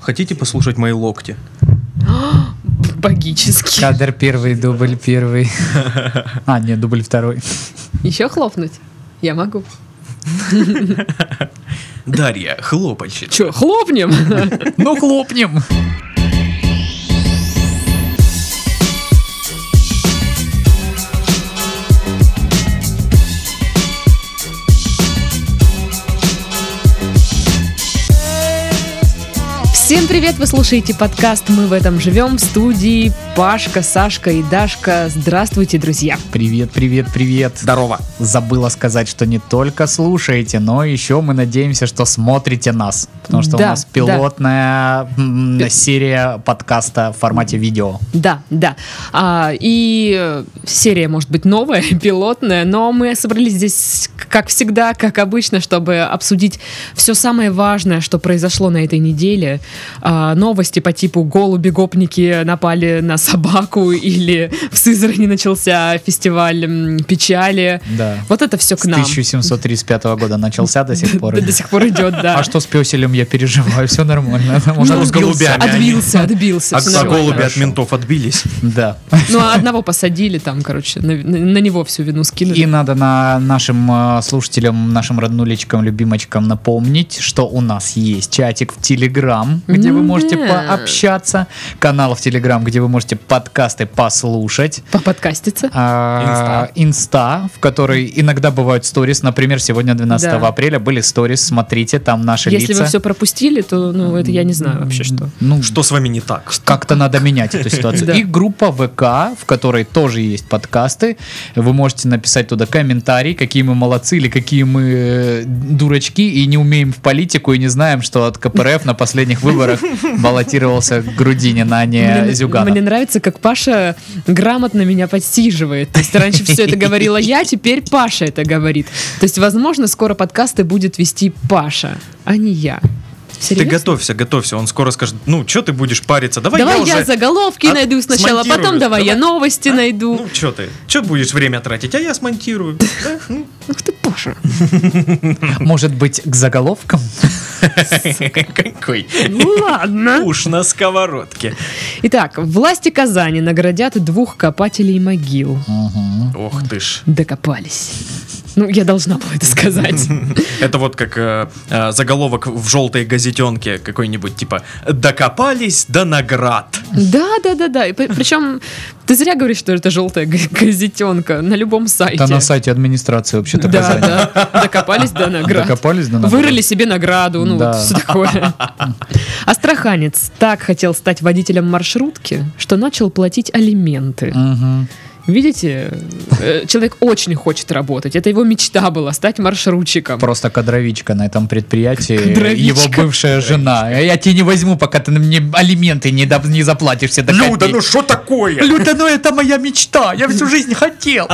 Хотите послушать мои локти? Богически. Кадр первый, дубль первый. А, нет, дубль второй. Еще хлопнуть? Я могу. Дарья, хлопальщик. Че, хлопнем? Ну, хлопнем! Всем привет! Вы слушаете подкаст «Мы в этом живем» в студии Пашка, Сашка и Дашка. Здравствуйте, друзья! Привет, привет, привет. Здорово. Забыла сказать, что не только слушаете, но еще мы надеемся, что смотрите нас. Потому Да, что у нас пилотная м, серия подкаста в формате видео. Да, да. А, и э, серия может быть новая, пилотная, но мы собрались здесь, к- как всегда, как обычно, чтобы обсудить все самое важное, что произошло на этой неделе. А, новости по типу голуби-гопники напали на собаку или в Сызрани начался фестиваль м, печали. Да. Вот это все к С нам. 1735 года начался до сих пор. Да, До сих пор идет, да. А что с пёселем я переживаю, все нормально. Ну, с голубями Отбился, отбился. А, всё а нормально. голуби от Хорошо. ментов отбились. Да. Ну, а одного посадили там, короче, на, на- на него всю вину скинули. И надо на нашим э, слушателям, нашим роднулечкам, любимочкам напомнить, что у нас есть чатик в Телеграм, где вы можете М-да. пообщаться, канал в Телеграм, где вы можете подкасты послушать, Поподкаститься. а, инста, в которой иногда бывают сторис, например, сегодня 12 Да. апреля были сторис, смотрите, там А наши Если лица. вы все пропустили, то ну это я не знаю вообще что. Ну, Что с вами не так? как-то надо менять эту Да. ситуацию. И группа ВК, в которой тоже есть подкасты. Вы можете написать туда комментарий, какие мы молодцы или какие мы э, дурачки и не умеем в политику и не знаем, что от КПРФ на последних выборах баллотировался Грудинин, а не мне Зюганов. нравится, как Паша грамотно меня подсиживает. То есть раньше все это говорила я, теперь Паша это говорит. То есть, возможно, скоро подкасты будет вести Паша, а не я. Ты Серьезно? готовься, готовься. Он скоро скажет, ну, что ты будешь париться? Давай, Давай я, я, уже... заголовки от- найду сначала, а смонтирую. потом давай, я Давай. новости найду. Ну, что ты? Что будешь время тратить? А я смонтирую. Да? Ну, Ух ты, Паша. Может быть, к заголовкам? Какой Ну ладно. уж на сковородке. Итак, власти Казани наградят двух копателей могил. Мгм. Ох ты ж. Докопались. Ну, я должна была это сказать. Это вот как э, э, заголовок в желтой газетенке какой-нибудь, типа «Докопались до наград». Да, да, да, да. И при- Причем ты зря говоришь, что это желтая г- газетенка на любом сайте. Это на сайте администрации вообще-то да, Казани. да. Докопались до наград. Докопались до нас? Вырыли себе награду, ну Да. вот все такое. Астраханец так хотел стать водителем маршрутки, что начал платить алименты. Мгм. Видите, э, человек очень хочет работать. Это его мечта была стать маршрутчиком. Просто кадровичка на этом предприятии. Кадровичка. Его бывшая жена. Я тебя не возьму, пока ты мне алименты не, дав- не заплатишь все до Ну, копейки. что ну такое? Люда, ну это моя мечта. Я всю жизнь хотел.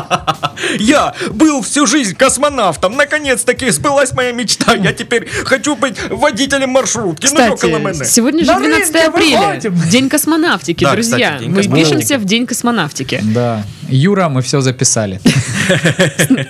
Я был всю жизнь космонавтом. Наконец-таки сбылась моя мечта. Я теперь хочу быть водителем маршрутки. ну, Кстати, около мене. сегодня же На рынке 12 апреля, выходим. день космонавтики, Да, друзья. кстати, день Мы космонавтики. пишемся в день космонавтики. Да. Юра, мы все записали.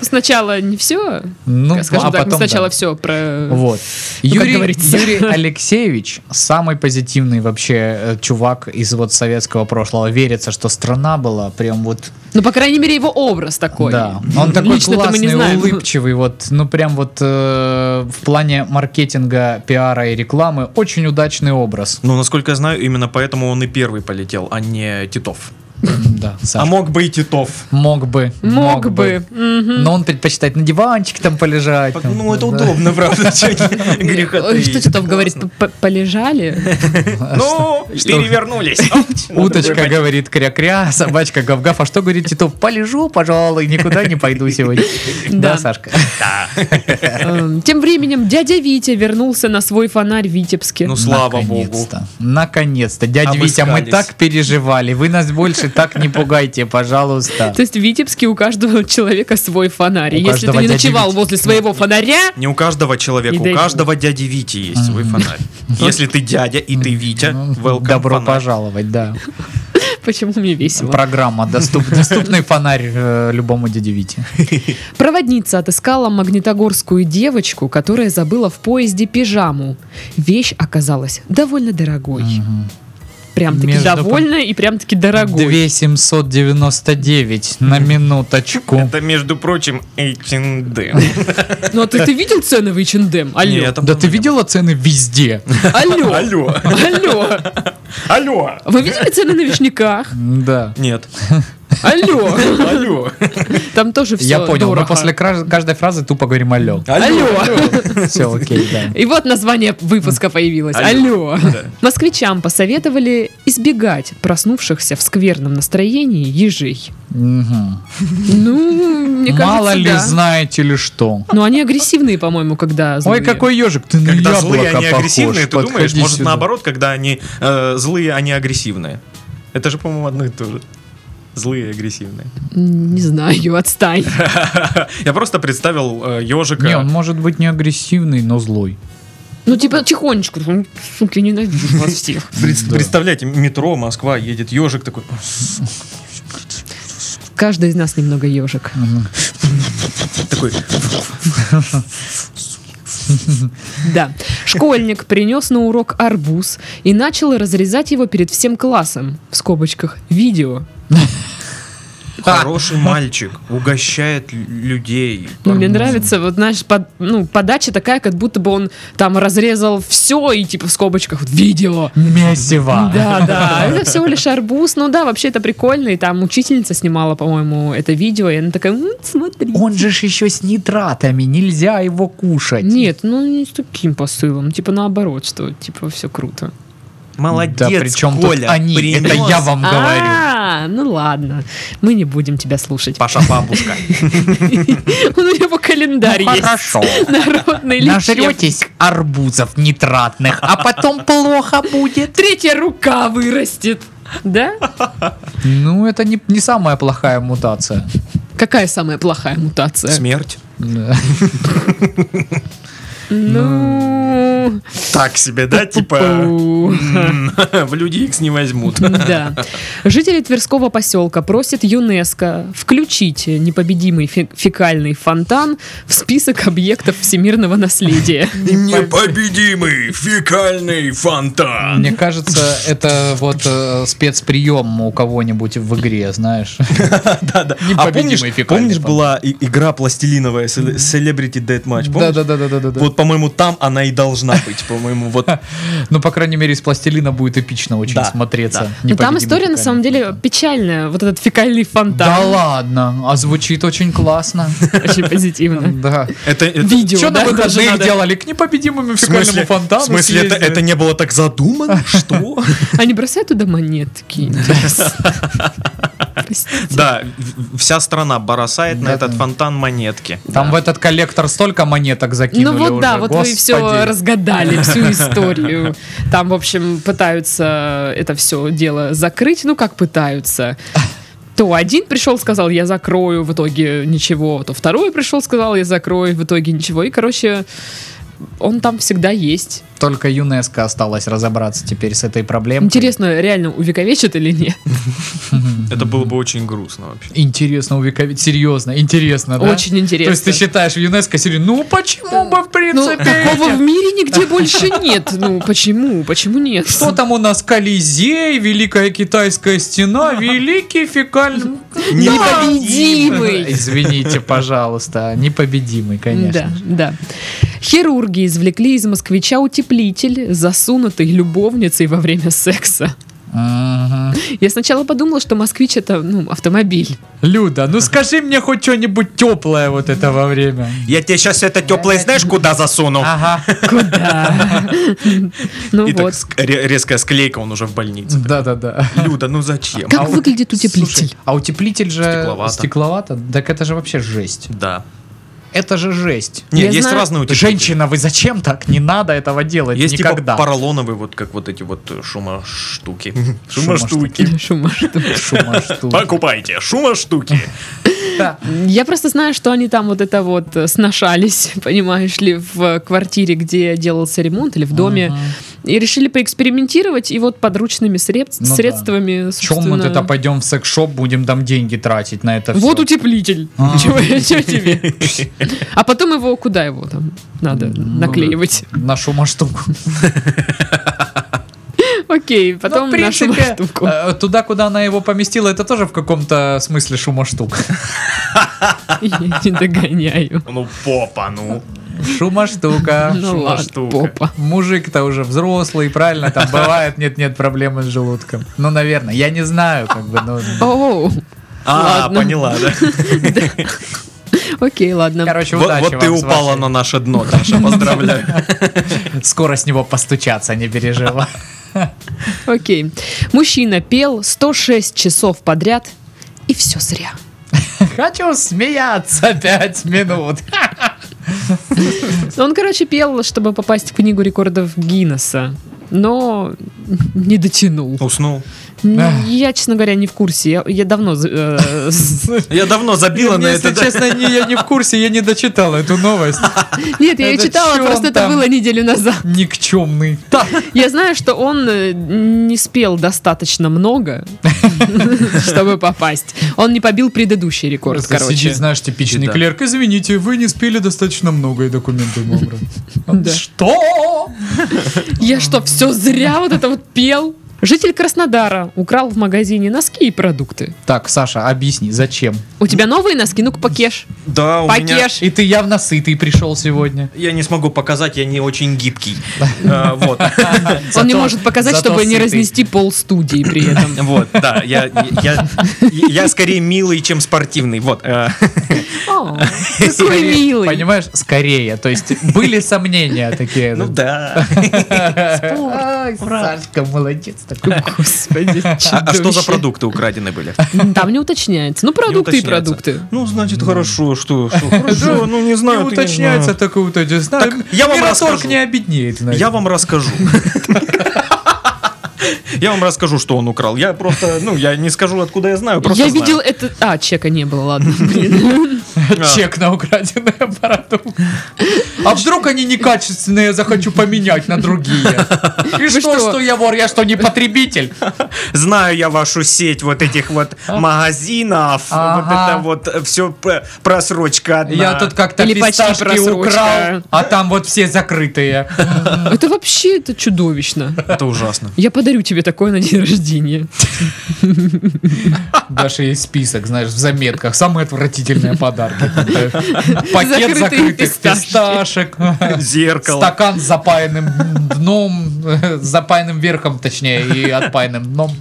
Сначала не все, Ну, скажем а так, мы потом сначала да. все про... Вот. Ну, как Юрий, говорится. Юрий Алексеевич самый позитивный вообще э, чувак из вот советского прошлого. Верится, что страна была прям вот. Ну, по крайней мере, его образ такой. Да. Он такой Лично-то мы не классный, знаем. улыбчивый. Вот, ну прям вот э, в плане маркетинга, пиара и рекламы очень удачный образ. Ну, насколько я знаю, именно поэтому он и первый полетел, а не Титов. М, Да. Саш. А мог бы и Титов. Мог бы. Мог бы. Мгм. Но он предпочитает на диванчике там полежать. там, Ну, это да. удобно, правда. чё греха Ой, Что таить. Титов говорит? П- п- Полежали? Ну, перевернулись. Ну, Уточка говорит кря-кря, собачка гав-гав. А что говорит Титов? Полежу, пожалуй, никуда не пойду сегодня. Да. Да, Сашка. Эм, Тем временем дядя Витя вернулся на свой фонарь в Витебске. Ну, слава богу. Наконец-то. Наконец-то. Дядя Витя, мы Обыскались. так переживали. Вы нас больше так не пугайте, пожалуйста. То есть в Витебске у каждого человека свой фонарь. У И Если ты каждого не дядя ночевал Витя. возле своего фонаря, Не у каждого человека, Не дай у бог. каждого дяди Вити есть свой фонарь. Если ты дядя и ты Витя, Ну, welcome Добро фонарь. пожаловать, да. Почему мне весело? Программа доступ- «Доступный фонарь» э, любому дяде Вите. Проводница отыскала магнитогорскую девочку, которая забыла в поезде пижаму. Вещь оказалась довольно дорогой. Прям-таки Между довольно и прям-таки дорогой. 2799 на минуточку. Это, между прочим, H&D. Ну а ты, ты видел цены в H&M? Алло. Нет, Да ты не видела цены везде? было. Алло. Алло. Алло. Алло. Вы видели цены на вишняках? Да. Нет. Алло. Алло. Там тоже все Я понял, дорого. мы после кра- каждой фразы тупо говорим «алло». Алло. Все окей, да. И вот название выпуска появилось. Алло. Алло. Москвичам посоветовали избегать проснувшихся в скверном настроении ежей. Мгм. Ну, мне кажется, Мало ли, да. знаете ли что. Но они агрессивные, по-моему, когда Ой, злые. какой ежик, ты на Когда яблоко злые, они похож, агрессивные, ты подходи думаешь, может, сюда. наоборот, когда они э, злые, они агрессивные. Это же, по-моему, одно и то же. Злые и агрессивные. М, Не знаю, отстань. Я просто представил э, ежика. Не, он может быть не агрессивный, но злой. Ну, типа, тихонечку. Ну, Сука, я ненавижу вас всех. Пред- Да. Представляете, метро, Москва, едет ежик такой. Каждый из нас немного ежик. Такой, Да. Школьник принес на урок арбуз и начал разрезать его перед всем классом. В скобочках. Видео. хороший мальчик, угощает лю- людей. Ну, мне нравится, вот, знаешь, под- ну, подача такая, как будто бы он там разрезал все и типа в скобочках вот, видео. Месиво. Да, да, это всего лишь арбуз. Ну да, вообще это прикольно. И там учительница снимала, по-моему, это видео, и она такая, «М, смотри. Он же ж еще с нитратами, нельзя его кушать. Нет, ну не с таким посылом. Типа наоборот, что типа все круто. Молодец, Да причем тут Коля, они, принёс. это я вам говорю. А, ну ладно. Мы не будем тебя слушать. Паша бабушка. Ну, У него календарь Ну, есть. Хорошо. Народный лечеб. Нажретесь арбузов нитратных, а потом плохо будет. Третья рука вырастет. Да? Ну, это не, не самая плохая мутация. Какая самая плохая мутация? Смерть. Да. Ну, Так себе, да, типа пу. м, в Люди Икс не возьмут. Да. Жители Тверского поселка просят ЮНЕСКО включить непобедимый фе- фекальный фонтан в список объектов всемирного наследия. Непобедимый фекальный фонтан. Мне кажется, это вот э, спецприем у кого-нибудь в игре, знаешь. А непобедимый помнишь, фекальный помнишь фонтан. была и- игра пластилиновая Cele- Celebrity Deathmatch? помнишь? Да-да-да-да-да. Вот, по-моему, там она и должна быть, по-моему, вот. Ну, по крайней мере, из пластилина будет эпично очень Да, да. смотреться. Но Ну, Там история, на самом деле, печальная. Вот этот фекальный Да фонтан. ладно, а звучит очень классно. Очень позитивно. Да. Это, это- Видео, Что на да, даже выходных надо. делали? К непобедимому в смысле, фекальному фонтану в смысле это, съездили. это не было так задумано? Что? Они бросают А туда монетки. Простите. Да, в- вся страна бросает на Да, этот да. фонтан монетки. Там в этот коллектор столько монеток закинули Ну вот да, уже, вот вы все господи. разгадали, всю историю. Там, в общем, пытаются это все дело закрыть. Ну как пытаются? То один пришел, сказал, я закрою, в итоге ничего. То второй пришел, сказал, я закрою, в итоге ничего. И, короче, он там всегда есть. Только ЮНЕСКО осталось разобраться теперь с этой проблемой. Интересно, реально увековечат или нет? Это было бы очень грустно вообще. Интересно увековечить. Серьезно, интересно, Ну да? Очень интересно. То есть ты считаешь, в ЮНЕСКО серьезно, ну почему бы в Ну, принципе? такого в мире нигде больше нет. Ну, почему? Почему нет? Что там у нас? Колизей, Великая Китайская Стена, Великий Фекальный... Ну, Непобедимый. Извините, пожалуйста, непобедимый, конечно. же. Да, да. Хирурги извлекли из москвича утеплитель, засунутый любовницей во время секса. Мгм. Я сначала подумала, что москвич это ну, автомобиль. Люда, ну скажи мне хоть что-нибудь теплое вот это во время. Я тебе сейчас это теплое знаешь, куда засуну? Ага. Куда? Ну И так вот. ск- ре- резкая склейка, он уже в больнице. Да-да-да. Люда, ну зачем? Как вот- выглядит утеплитель? Слушай, а утеплитель же Стекловато. стекловато. Так это же вообще жесть. Да. Это же жесть. Я Нет, есть знаю- разные утеплители. Женщина, вы зачем так? Не надо этого делать Есть никогда. типа поролоновые, вот как вот эти вот э, шумоштуки. Шумоштуки. Шумашта. Шумоштуки. Покупайте шумоштуки. Да. Я просто знаю, что они там вот это э, вот э, сношались, понимаешь ли, в квартире, где делался ремонт, или в доме, И решили поэкспериментировать, и вот подручными средств- Ну да. средствами, Чем мы собственно, тогда пойдем в секс-шоп, будем там деньги тратить на это Вот все? утеплитель. А. Чего чего тебе? А потом его куда его там надо Ну, наклеивать? Нашу маштуку. Окей, Ну, потом в нашу принципе, штуку. э, Туда, куда она его поместила, это тоже в каком-то смысле шумоштук. Я не догоняю. Ну, попа, ну. Шумоштука. Ну ладно, штука. попа. Мужик-то уже взрослый, правильно, там бывает, нет-нет, проблемы с желудком. Ну, наверное, я не знаю, как бы, ну... Оу, А, Ладно. поняла, да? окей, ладно. Короче, Вот удачи вот вам ты с упала на вашей- наше дно, Даша, поздравляю. Скоро с него постучаться, не переживай. Окей. Мужчина пел 106 часов подряд, и все зря. Хочу смеяться пять минут. Он, короче, пел, чтобы попасть в книгу рекордов Гиннесса, но не дотянул. Уснул. Н- Я, честно говоря, не в курсе. Я, я давно э, с- Я давно забила на Мне, Если это. да. честно, не- я не в курсе, я не дочитал эту новость. Нет, я ее Это читала, чё он просто это там? было неделю назад. Никчемный. Я знаю, что он э, не спел достаточно много, чтобы попасть. Он не побил предыдущий рекорд, Просто короче. сидит, знаешь, типичный Да. клерк. Извините, вы не спели достаточно много и документы вам врут». Он, Да. Что? Я что, все зря вот это вот пел? Житель Краснодара украл в магазине носки и продукты. Так, Саша, объясни, зачем? У тебя новые носки? Ну-ка, покеш. Да, у меня... Покеш. И ты явно сытый пришел сегодня. Я не смогу показать, я не очень гибкий. А, Вот. Он не Зато- может показать, зато чтобы не сытый. разнести пол студии при этом. Вот, да, я, я, я скорее милый, чем спортивный. Вот. э, О, Какой Скорее, милый. Понимаешь, скорее. То есть были сомнения такие. Ну да. Ай, Сашка, молодец такой. Господи, А а что за чудовище. продукты украдены были? Там не уточняется. Ну, продукты и уточняется. продукты. Ну, значит, хорошо, что, что, хорошо, ну не Не знаю. ты не уточняется знаю. такой уточняется. Так, я вам Мираторг расскажу. не обеднеет. наверное. Я вам расскажу. Я вам расскажу, что он украл. Я просто, ну, я не скажу, откуда я знаю. Просто Я знаю. видел это... А, чека не было, ладно. блин. А. Чек на украденную аппаратуру. А вдруг они некачественные, я захочу поменять на другие. И что, что? что я вор, я что, не потребитель? А, Знаю я вашу сеть вот этих вот магазинов. А? Ага. Вот это вот все просрочка одна. Я тут как-то Или почти фисташки просрочка. украл, а там вот все закрытые. Это вообще это чудовищно. Это ужасно. Я подарю тебе такое на день рождения. Даже есть список, знаешь, в заметках. Самые отвратительные подарки. Пакет Закрытые закрытых фисташки. фисташек. Зеркало. Стакан с запаянным дном, э, с запаянным верхом, точнее, и отпаянным дном.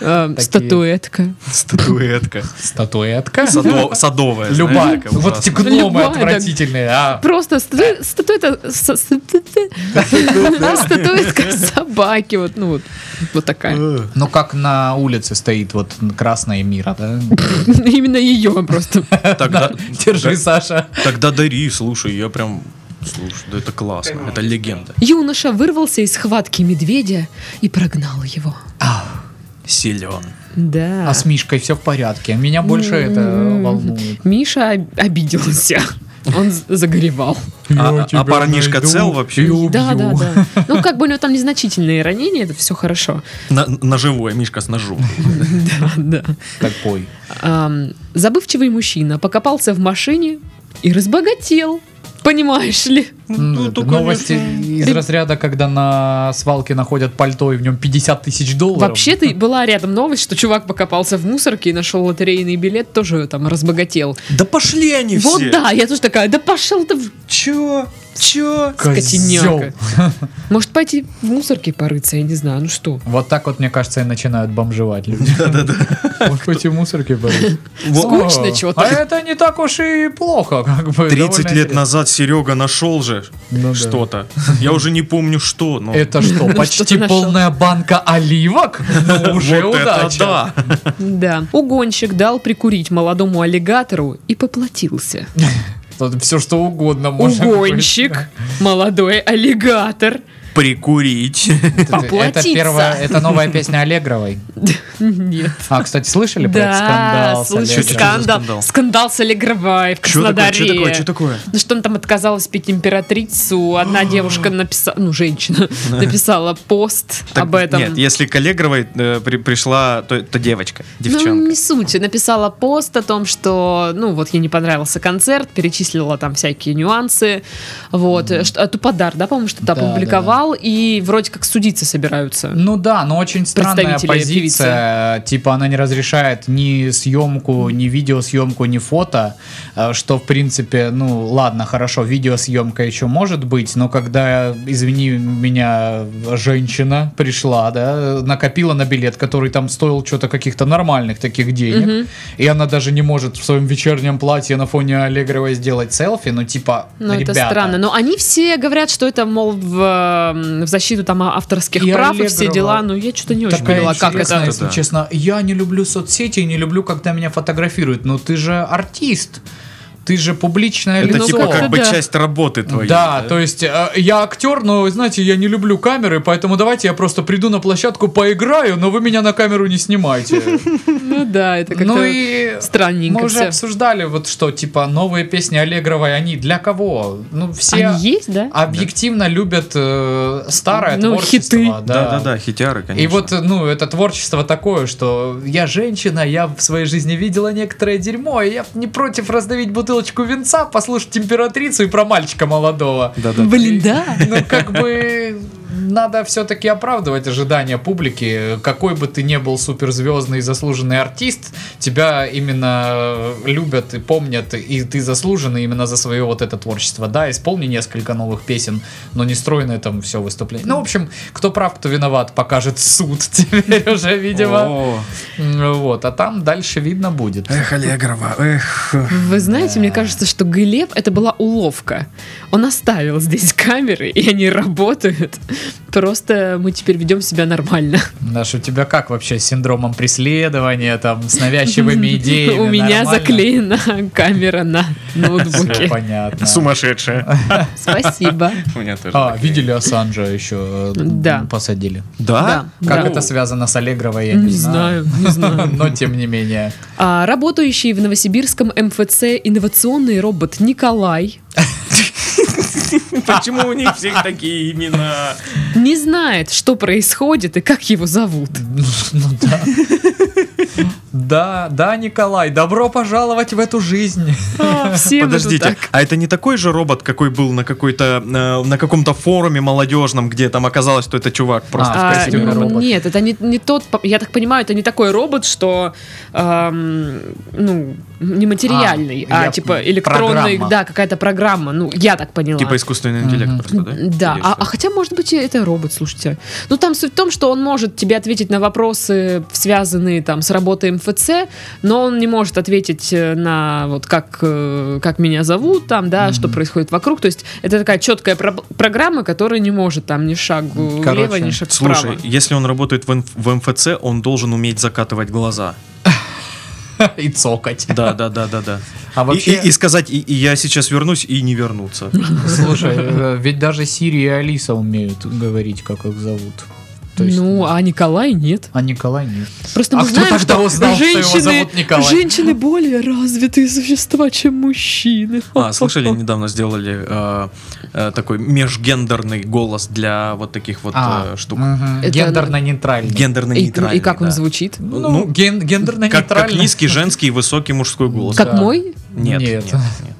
Э, Такие. Статуэтка. Статуэтка. Статуэтка. Садо- Садовая. Любая. знаешь, какая Вот эти ужасная. гномы Любая, да. отвратительные. а. Просто стату- статуэта... с- статуэта- А, Статуэтка собаки. Вот, ну вот. Вот такая. Ну, как на улице стоит вот красная мира, да? Именно ее просто. Тогда- Держи, Саша. Тогда дари, слушай, я прям... Слушай, да это классно, это легенда. Юноша вырвался из схватки медведя и прогнал его. Силен. Да. А с Мишкой все в порядке. Меня больше это волнует. Миша об- обиделся. Он з- загоревал. А- а парнишка цел вообще? Да, да, да. Ну, как бы у него там незначительные ранения, это все хорошо. На, живое, Мишка, с ножом. Да, да. Такой. Ам, Забывчивый мужчина покопался в машине и разбогател. Понимаешь ли? Ну, Это то, Новости конечно. из разряда, когда на свалке находят пальто и в нем 50 тысяч долларов. Вообще-то была рядом новость, что чувак покопался в мусорке и нашел лотерейный билет, тоже там разбогател. Да пошли они вот все. да, я тоже такая, да пошел ты в Чё? Чё? скотиняка. Козёл. Может пойти в мусорке порыться, я не знаю, ну что. Вот так вот, мне кажется, и начинают бомжевать люди. Да-да-да. Вот эти мусорки были. Скучно О, чё-то. А это не так уж и плохо, как бы. 30 довольно лет интересно. назад Серега нашел же Ну да. что-то. Я уже не помню, что, но... Это что, почти ты нашел? полная банка оливок? Ну, уже Вот это удача. да. Да. Угонщик дал прикурить молодому аллигатору и поплатился. Тут все что угодно может быть. Угонщик, молодой аллигатор. прикурить. Это, Поплатиться. первая, это новая песня Аллегровой. Нет. А, кстати, слышали про этот Да, скандал? с слышал Аллегровой? Чё это за скандал. скандал? Скандал с Аллегровой в Что типа такое? Что такое? Краснодаре. Что такое? Ну что она там отказалась пить императрицу, одна девушка написала, ну женщина, написала пост Так, об этом. Нет, если к Аллегровой э, при- пришла, то, то девочка, Ну, девчонка. не суть. Написала пост о том, что, ну, вот ей не понравился концерт, перечислила там всякие нюансы. Вот. Что- а Туподар, да, по-моему, что-то Да, опубликовал, и вроде как судиться собираются. Ну да, но очень странная Представители позиция. Типа она не разрешает ни съемку, ни видеосъемку, ни фото. э, Что, в принципе, ну ладно, хорошо, видеосъемка еще может быть, но когда, извини меня, женщина пришла, да, накопила на билет, который там стоил что-то каких-то нормальных таких денег, и она даже не может в своем вечернем платье на фоне Аллегровой сделать селфи, ну типа, Ну, это ребята. странно. Но они все говорят, что это, мол, в, э, в защиту там а- авторских И прав и Аллегрова. все дела. Ну, я что-то не очень Такая поняла, как интересная, это. если Да. честно. Я не люблю соцсети и не люблю, когда меня фотографируют. Но ты же артист. Ты же публичное Это лицо. типа как бы да. часть работы твоей. ну Да, то есть э, я актер, но, знаете, я не люблю камеры, поэтому давайте я просто приду на площадку, поиграю, но вы меня на камеру не снимайте. Ну да, это как-то Ну и странненько мы уже всё. обсуждали вот что, типа, новые песни Аллегровой, они для кого? Ну, все Они есть, да? объективно любят э, старое Ну, творчество. хиты. Да, да, да, хитяры, конечно. И вот, ну, это творчество такое, что я женщина, я в своей жизни видела некоторое дерьмо, и я не против раздавить бутылочку винца, послушать императрицу и про мальчика молодого. да, да. Блин, да. Ну, как бы надо все-таки оправдывать ожидания публики. Какой бы ты ни был суперзвездный и заслуженный артист, тебя именно э, любят и помнят, и ты заслуженный именно за свое вот это творчество. Да, исполни несколько новых песен, но не стройное там все выступление. Ну, в общем, кто прав, кто виноват, покажет суд теперь уже, видимо. О, Вот, а там дальше видно будет. Эх, Аллегрова, эх. Вы знаете, мне кажется, что Глеб это была уловка. Он оставил здесь камеры, и они работают. Просто мы теперь ведем себя нормально. Наш, у тебя как вообще с синдромом преследования, там, с навязчивыми идеями? У меня Нормально? заклеена камера на Все ноутбуке. понятно. Сумасшедшая. Спасибо. У меня тоже. А, такая. видели Асанжа еще э, Да. посадили. Да? Да. А Как Да. это связано с Аллегровой, я не, Не знаю, не знаю. Но тем не менее. А, Работающий в новосибирском МФЦ инновационный робот Николай Почему у них всех такие имена? не знает, что происходит и как его зовут. Ну да. Да, да, Николай, добро пожаловать в эту жизнь. А, всем это Подождите, так. а это не такой же робот, какой был на какой-то э, на каком-то форуме молодежном, где там оказалось, что это чувак просто А, в А, костюме костюме м, робот. робот. Нет, это не, не тот, по- я так понимаю, это не такой робот, что эм, ну, не материальный, А, а, я- типа электронный, программа. да, какая-то программа. Ну, я так поняла. Типа искусственный интеллект Мгм. просто, да? Да, Или а, что? а хотя, может быть, и это робот, слушайте. Ну, там суть в том, что он может тебе ответить на вопросы, связанные там с работой МФЦ, но он не может ответить э, на вот как, э, как меня зовут, там, да, что происходит вокруг. То есть это такая четкая про- программа, которая не может там ни шагу Короче, влево, ни шаг Слушай, вправо. если он работает в, МФ в МФЦ, он должен уметь закатывать глаза. И цокать. Да, да, да, да, да. А И- вообще, И, и сказать, и, и я сейчас вернусь, и не вернуться. слушай, э, ведь даже Сири и Алиса умеют говорить, как их зовут. То есть, Ну, а Николай нет. а Николай нет. Просто А мы кто знаем, тогда что узнал, что его женщины, зовут Николай? женщины более развитые существа, чем мужчины. А, слышали, недавно сделали э, э, такой межгендерный голос для вот таких вот А, э, штук. мгм, Это- Гендерно-нейтральный. И, Гендерно-нейтральный. и как он да. звучит? Ну, ну, ген- Как, как гендерно-нейтральный. низкий женский и высокий мужской голос. Как Да. мой? Нет, Нет. нет, нет.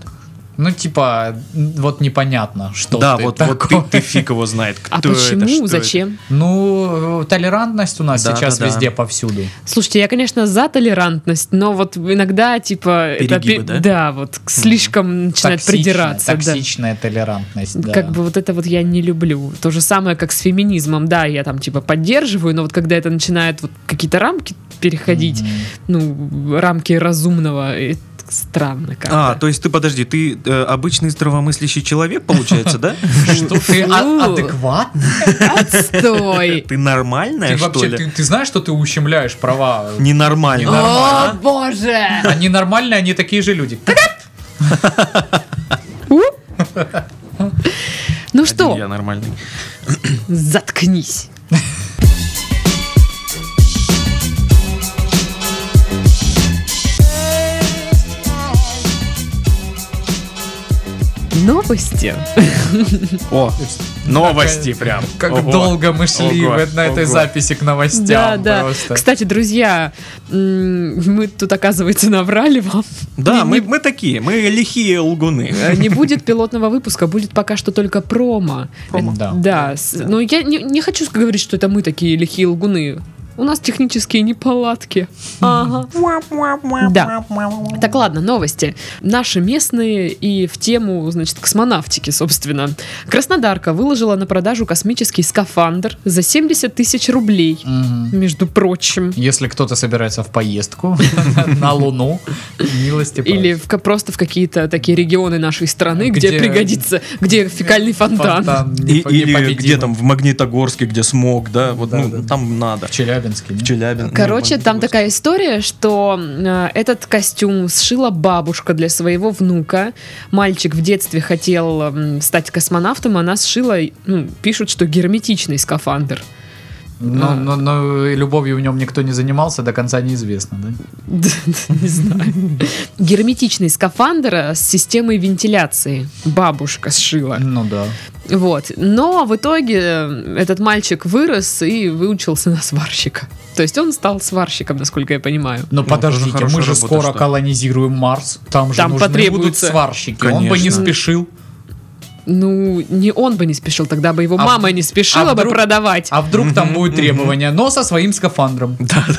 Ну, типа, н- вот непонятно, что Да, ты вот, вот такой. ты, ты фиг его знает, кто А это, что почему? это. Зачем? Ну, э, толерантность у нас Да, сейчас да, да. везде повсюду. Слушайте, я, конечно, за толерантность, но вот иногда, типа, это Перегибы, пе- да? вот к- слишком начинает Токсичная- придираться. да. Ну, Токсичная толерантность, да. Как бы вот это вот я не люблю. То же самое, как с феминизмом. Да, я там типа поддерживаю, но вот когда это начинает вот какие-то рамки переходить, Мгм. ну, рамки разумного, это странно как-то. А, то есть ты, подожди, ты э, обычный здравомыслящий человек, получается, да? Что ты а- Фу. адекватный? А. Отстой! Ты нормальная, Ты что вообще, ты, ли? ты знаешь, что ты ущемляешь права? Ну Ненормальная. О, Нормально. боже! Они нормальные, они такие же люди. У. Ну Один что, Я нормальный. заткнись. Новости. О, новости прям. Как Ого. долго мы шли Ого. вот на этой Ого. записи к новостям просто. Кстати, друзья, м, мы тут, оказывается, наврали вам. Да, Не- мы, не- мы такие, мы лихие лгуны. Э, Не будет пилотного выпуска, будет пока что только промо. Промо. Да. Да, с- но я не, не хочу говорить, что это мы такие лихие лгуны. У нас технические неполадки. Ага. Да. Так, ладно, новости. Наши местные и в тему, значит, космонавтики, собственно. Краснодарка выложила на продажу космический скафандр за 70 тысяч рублей, Мгм. между прочим. Если кто-то собирается в поездку на Луну, милости Или просим. в ка- просто в какие-то такие регионы нашей страны, где, Где- пригодится, где фекальный фонтан. Фонтан И- непо- или непобедимый. где там в Магнитогорске, где смог, да, вот Да, ну, да, да. там надо. ну, В Челябинске. В нет? Челябинске. Короче, там такая история, что э, этот костюм сшила бабушка для своего внука. Мальчик в детстве хотел м, стать космонавтом, она сшила, ну, пишут, что герметичный скафандр. Но, А. но, но любовью в нем никто не занимался, до конца неизвестно, да? Да, Не знаю. Герметичный скафандр э, с системой вентиляции. Бабушка А. сшила. Ну да. Вот. Но в итоге э, этот мальчик вырос и выучился на сварщика. То есть он стал сварщиком, насколько я понимаю. Но Ну, тоже подождите, хорошая мы же работа, скоро что. колонизируем Марс. Там же Там нужны будут потребуется. сварщики. Он бы не Конечно. спешил. Ну, не он бы не спешил, тогда бы его А мама в- не спешила а вдруг- бы продавать. А вдруг там будут требования, но со своим скафандром.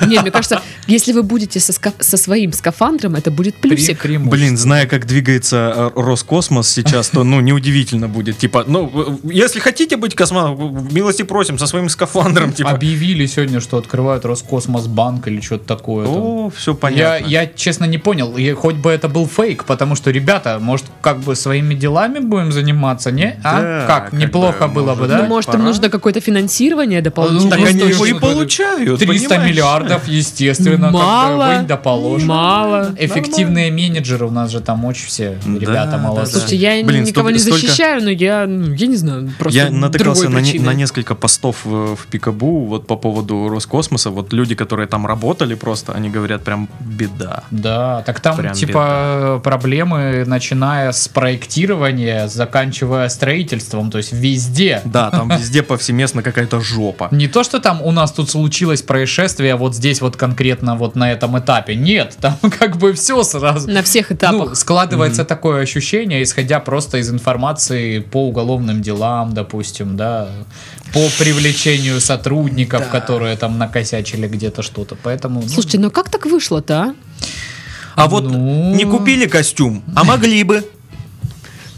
Не, мне кажется, если вы будете со, ска- со своим скафандром, это будет плюсик. Пре- преимущество. Блин, зная, как двигается э, Роскосмос сейчас, то, ну, неудивительно будет. Типа, ну, э, если хотите быть космонавтом, милости просим со своим скафандром, типа. Объявили сегодня, что открывают Роскосмосбанк или что-то такое. там. О, все Я, понятно. я, честно, не понял, и хоть бы это был фейк, потому что, ребята, может, как бы своими делами будем заниматься, не? А? Да, как? как Неплохо бы, было бы, может да? Ну, может, им Пора. нужно какое-то финансирование Ну, Так дополнительное. просто они его и уже- получают, 300 понимаешь? миллиардов, естественно, как бы, Мало. вынь да положь. Мало. Эффективные менеджеры у нас же там очень все, Да, ребята да, молодцы. да. Слушайте, я Блин, никого не столько- защищаю, но я, ну, я не знаю, просто Я натыкался другой на, не- причины. на несколько постов в, в Пикабу вот по поводу Роскосмоса. Вот люди, которые там работали просто, они говорят прям беда. Да, так там Прям типа проблемы, начиная с проектирования, заканчивая строительством, то есть везде. Да, там везде повсеместно какая-то жопа. Не то, что там у нас тут случилось происшествие вот здесь вот конкретно вот на этом этапе. Нет, там как бы все сразу. На всех Ну, этапах. складывается такое ощущение, исходя просто из информации по уголовным делам, допустим, да, по привлечению сотрудников, которые там накосячили где-то что-то. Поэтому... ну, Слушайте, ну как так вышло-то, а? А вот Ну. не купили костюм, а могли бы.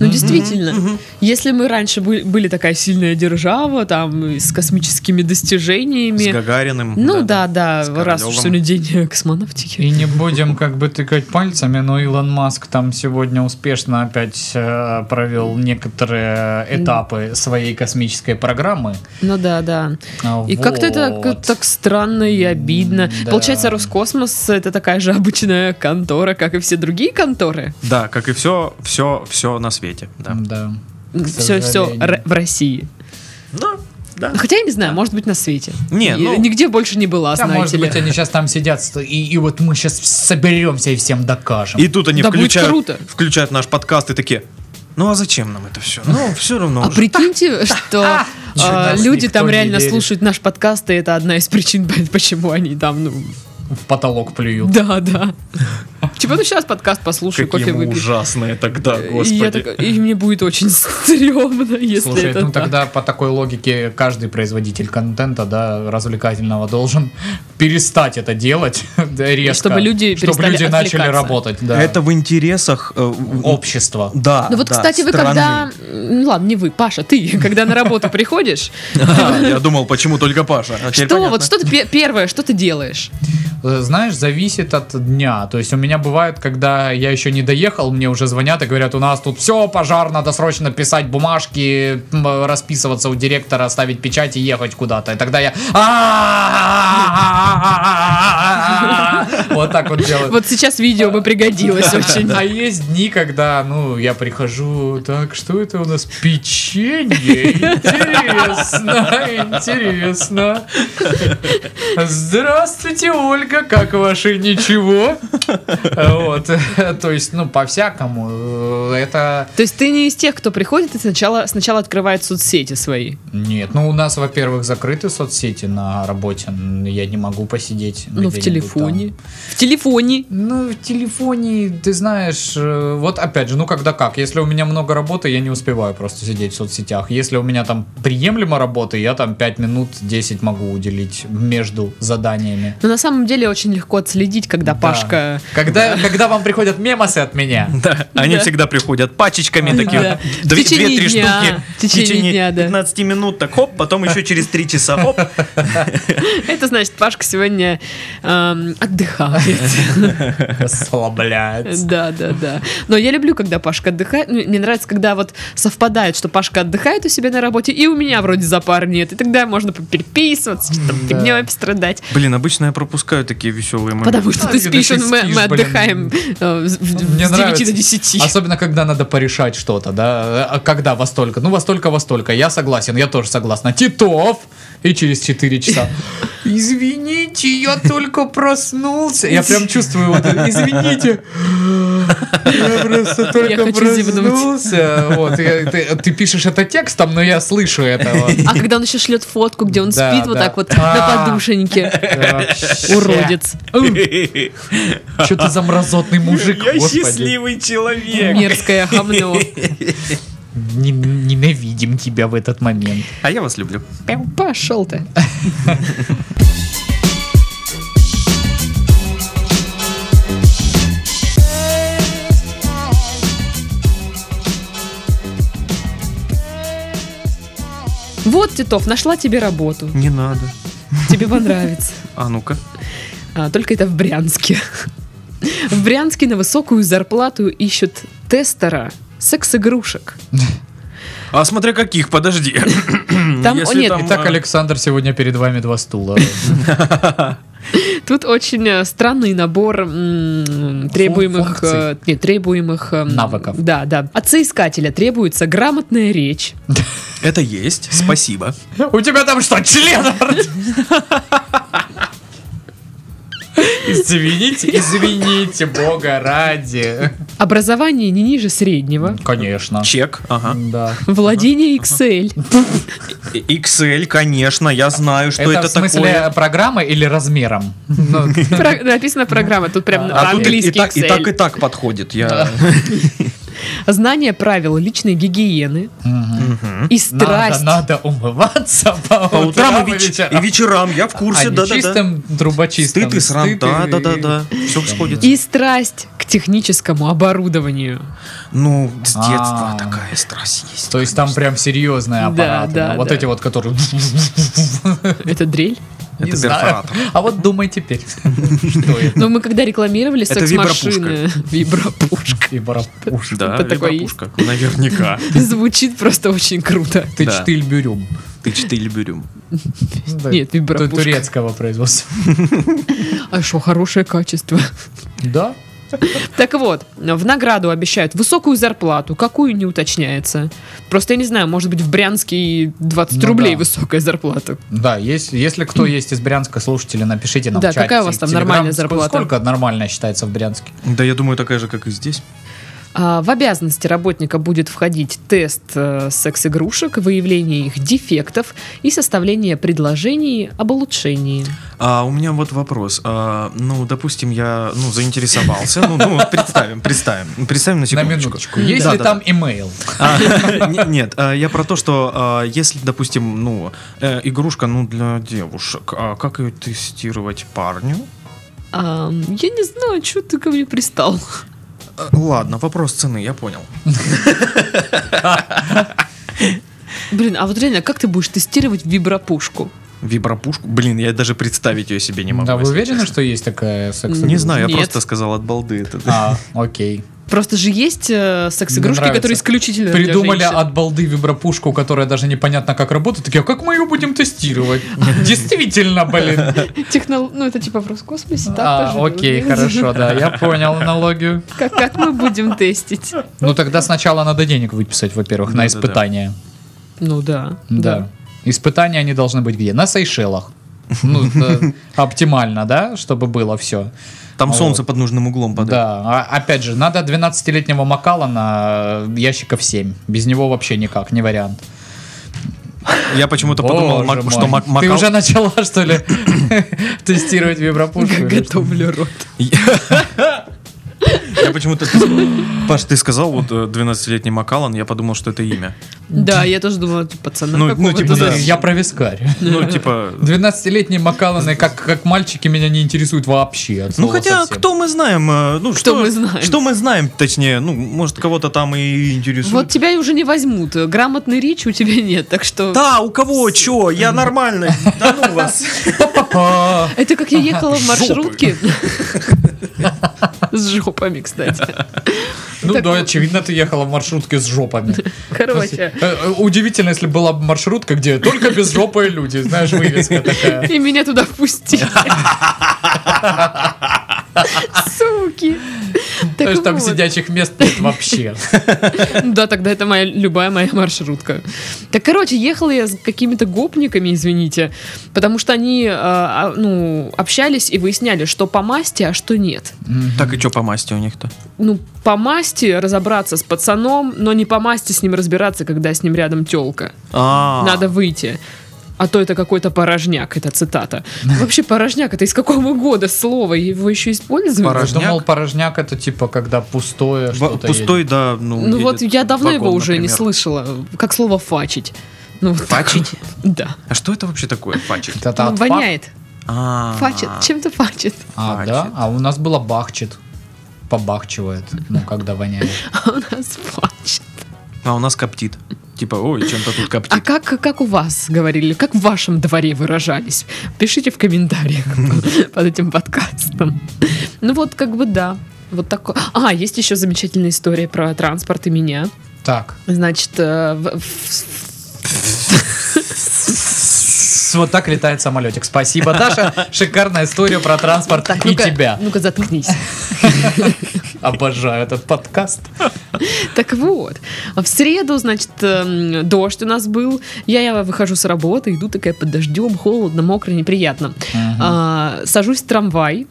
Ну, действительно, если мы раньше бы- были такая сильная держава, там, и с космическими С достижениями, Гагариным. ну да, да, С раз уж Королёвым. сегодня день космонавтики. И не будем как бы тыкать пальцами, но Илон Маск там сегодня успешно опять э, провел некоторые этапы своей космической программы. Ну да, да. А, И как-то это вот. к- так странно и обидно. М-да. Получается, Роскосмос это такая же обычная контора, как и все другие конторы. Да, как и все, все, все на свете. Да. Ну, Да. Все, все сожалению. в России. Да, да. Хотя я не знаю, может быть, на свете. Не, И- ну- Нигде больше не была, Там, знаете А может ли. быть, они сейчас там сидят, сто- и, и вот мы сейчас соберемся и всем докажем. И тут они Да будет включают, круто. включают наш подкаст и такие. Ну а зачем нам это все? Ну, все равно. А уже». прикиньте, что Чё, а, нас люди никто там не реально верит. слушают наш подкаст, и это одна из причин, почему они там, ну, В потолок плюют. да, да. Типа, ну сейчас подкаст послушаю, Какие кофе мы выпью. ужасные тогда, И, Э, я господи. так- и мне будет очень стрёмно, если Слушай, это ну так. тогда по такой логике каждый производитель контента, да, развлекательного должен перестать это делать да, резко. чтобы люди чтобы перестали люди начали отвлекаться. работать, да. Это в интересах э, в- общество. Да. Ну вот, А, да, кстати, вы страны. когда... Ну ладно, не вы, Паша, ты, когда на работу приходишь, А, Я думал, почему только Паша. А теперь что понятно. вот, что ты пе- первое, что ты делаешь? э, знаешь, зависит от дня. То есть у меня бывает, когда я еще не доехал, мне уже звонят и говорят, у нас тут все, пожар, надо срочно писать бумажки, м, расписываться у директора, ставить печать и ехать куда-то. И тогда я... Вот так вот Э, делаю. Вот сейчас видео бы пригодилось очень. А есть дни, когда, ну, я прихожу, так, что это у нас? Печенье? Интересно, интересно. Здравствуйте, Ольга, как ваши? Ничего. Вот, то есть, ну, по-всякому. э, Это... То есть ты не из тех, кто приходит и сначала, сначала открывает соцсети свои. Нет, ну, у нас, во-первых, закрыты соцсети на работе. Я не могу посидеть. Ну, в где-нибудь телефоне. там. В телефоне. Ну, в телефоне, ты знаешь, э, вот опять же, ну когда как, если у меня много работы, я не успеваю просто сидеть в соцсетях. Если у меня там приемлемо работы, я там 5 минут 10 могу уделить между заданиями. Но на самом деле очень легко отследить, когда Да. Пашка... Когда, когда вам приходят мемосы от меня, Да, они Да. всегда приходят пачечками такие. Да. вот, две- В течение Две-три дня. штуки. В течение дня, да. 15 минут, так хоп, потом еще через 3 часа хоп. Это значит, Пашка сегодня эм, отдыхает. расслабляется. Да, да, да. Но я люблю, когда Пашка отдыхает. Ну, Мне нравится, когда вот совпадает, что Пашка отдыхает у себя на работе, и у меня вроде за пар нет. И тогда можно переписываться, что-то М-да. фигней пострадать. Блин, обычно я пропускаю такие веселые моменты. Потому что А, ты Юля, ты спишь, он- мы, спишь, мы блин. отдыхаем э, в- в- Мне с 9 нравится. А до 10. Особенно, когда надо порешать что-то, да? А Когда во столько? Ну, во столько, во столько. Я согласен, я тоже согласна. Титов! И через 4 часа. Извините, я только проснулся. Я прям чувствую вот это. Извините. Я просто только хочу зевнуть. проснулся. Вот, я- ты, ты пишешь это текстом, но я слышу это. вот. А когда он еще шлет фотку, где он Да, спит вот да. так вот А. на подушеньке. Вообще. Уродец. Чё ты за мразотный мужик, Я господи. счастливый Э, человек. Мерзкое хамно. Не- Ненавидим тебя в этот момент. А я вас люблю. Пошел ты. Вот, Титов, нашла тебе работу. Не надо. Тебе понравится. А ну-ка. А, только это в Брянске. В Брянске на высокую зарплату ищут тестера секс-игрушек. А смотря каких, подожди. Там- Если о, нет, там, Итак, а, Александр, сегодня перед вами два стула. Тут очень э, странный набор м, требуемых, Функций. э, нет, требуемых эм, Навыков. Да, да. От соискателя требуется грамотная речь, Это есть, спасибо. Ну, У тебя там что, член? Извините, извините, бога ради. образование не ниже среднего, Конечно. Чек, ага. Да. владение Excel. XL, конечно, я знаю, что это, это в смысле такое. программа или размером? Ну, Про- Написано программа, тут прям А тут и, и английский так, и так, и Excel. так подходит. Я... Знание правил личной гигиены мгм. Мгм. и Надо, страсть. надо умываться по утрам и веч- вечерам. вечерам, я в А курсе, не да-да-да. чистым трубочистым. Стыд и срам, Стыд да, и- да, да, да. Все сходит. И страсть к техническому оборудованию. Ну, с детства А. такая страсть есть. То есть там прям серьезные Да, аппараты. да, Вот да. эти вот, которые... Это дрель? Не Это знаю. перфоратор. А вот думай теперь, что это. Но Ну, мы когда рекламировали Это секс-машины... Вибропушка. И барапуш. Да, Это такое вибропушка. Ну, Наверняка. Звучит просто очень круто. Ты Да. бюрюм. Ты четыре бюрюм. Нет, вибрапушка. Турецкого производства. А что, хорошее качество. Да? Так вот, в награду обещают высокую зарплату, какую не уточняется. Просто я не знаю, может быть в Брянске и 20 Ну рублей да. высокая зарплата. Да, если, если кто есть из Брянска, слушатели, напишите нам Да, в чате. какая у вас там в Телеграм. нормальная Ск- зарплата? Сколько нормальная считается в Брянске? Да, я думаю, такая же, как и здесь. А, в обязанности работника будет входить тест э, секс-игрушек, выявление их дефектов и составление предложений об улучшении. А у меня вот вопрос. А, ну, допустим, я ну, заинтересовался. Ну, ну, вот представим, представим. Представим на На секундочку. минуточку. Есть ли Да-да-да. там имейл? А, не- Нет, а, я про то, что а, если, допустим, ну, э, игрушка, ну, для девушек, а как ее тестировать парню? А, я не знаю, что ты ко мне пристал. Э, Ладно, вопрос цены, я понял. Блин, а вот реально, как ты будешь тестировать вибропушку? Вибропушку? Блин, я даже представить ее себе не могу. А вы если уверены, честно. что есть такая секс Не знаю, я Нет. просто сказал от балды. Это, А, окей. Просто же есть э, секс-игрушки, Мне нравится. которые исключительно для Придумали женщин. от балды вибропушку, которая даже непонятно как работает. Такие, а как мы ее будем тестировать? Действительно, блин. Технол- Ну, это типа в Роскосмосе, так А, тоже окей, делают. хорошо, да, я понял аналогию. Как, как мы будем тестить? Ну тогда сначала надо денег выписать, во-первых, на Да-да-да. испытания. Ну да. Да. Испытания они должны быть где? На Сейшелах. Ну, да, оптимально, да, чтобы было все. Там А солнце под нужным углом падает. Да, а- опять же, надо 12-летнего макала на э, ящиков 7. Без него вообще никак, не вариант. Я почему-то Ну, подумал, Боже мак- мой. что мак- Ты макал- уже начала, что ли, тестировать вибропушку? Г- или что? Готовлю рот. Я почему-то... Паш, ты сказал вот э, 12-летний Макалан, я подумал, что это имя. Да, я тоже думала, типа, пацана Ну, ну, какого-то типа, да. зовут. Я про вискарь. Ну, типа... 12-летние Макаланы, как, как мальчики, меня не интересуют вообще. от Ну слова хотя, совсем. кто мы знаем? э, Ну, что, мы знаем? Что мы знаем, точнее, ну, может, кого-то там и интересует. Вот тебя уже не возьмут. Грамотный речи у тебя нет, так что... Да, у кого, чё, я нормальный, да ну вас. Па-па. Это как я ехала в Жопы. маршрутке. С жопами, кстати. Ну Так да, вот. очевидно, ты ехала в маршрутке с жопами. Э, Короче. э, Удивительно, если была бы маршрутка, где только безжопые люди, знаешь, вывеска такая. И меня туда впустили. Суки. То есть там вот. сидячих мест нет вообще. Да, тогда это моя любая моя маршрутка. Так, короче, ехала я с какими-то гопниками, извините, потому что они, э, а, ну, общались и выясняли, что по масти, а что нет. Так и чё по масти у них-то? Ну, по масти разобраться с пацаном, но не по масти с ним разбираться, когда с ним рядом телка. А, Надо выйти. А то это какой-то порожняк, это цитата. Вообще порожняк, это из какого года слово? Его еще используют? Порож- Я Порожняк? думал, порожняк это типа, когда пустое Ва- что-то Пустой, да, ну... Ну вот едет я давно вагон, его уже не например. слышала. Как слово фачить. Ну, вот так Фачить? вот. Да. А что это вообще такое, фачик? едет. Это Он от фак- Ну, воняет. А. Фачит. Чем-то фачит. А, Фачит. да? А у нас было бахчет. Побахчивает, ну, когда воняет. А у нас фачит. А у нас коптит. Типа, ой, чем-то тут А коптит. как, как у вас говорили? Как в вашем дворе выражались? Пишите в комментариях под этим подкастом. Ну вот, как бы да. Вот такое. А, есть еще замечательная история про транспорт и меня. Так. Значит, э, в- в- С- Вот так летает самолетик. Спасибо, Даша. Шикарная история про транспорт так, и ну-ка, тебя. Ну-ка, заткнись. Обожаю этот подкаст. Так вот, в среду, значит, эм, дождь у нас был. Я, я выхожу с работы, иду такая под дождем, холодно, мокро, неприятно. А, сажусь в трамвай,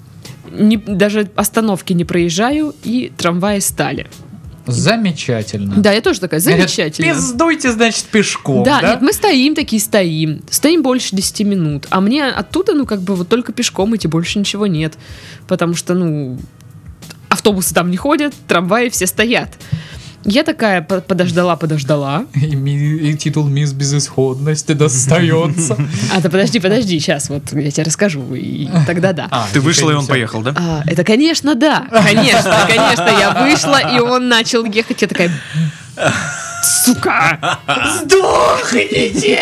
не- даже остановки не проезжаю, и трамваи стали. Замечательно. Да, я тоже такая, Говорят, замечательно. Пиздуйте, значит, пешком. Да, Э, Да, нет, мы стоим такие, стоим. Стоим больше 10 минут. А мне оттуда, ну, как бы, вот только пешком идти, больше ничего нет. Потому что, ну, автобусы там не ходят, трамваи все стоят. Я такая по- подождала, подождала. И, ми- и титул «Мисс Безысходности» достается. А, да подожди, подожди, сейчас вот я тебе расскажу, и тогда да. А, Ты вышла, и он всё. поехал, да? А, это, конечно, да, конечно, конечно, я вышла, и он начал ехать, я такая, сука, сдохните!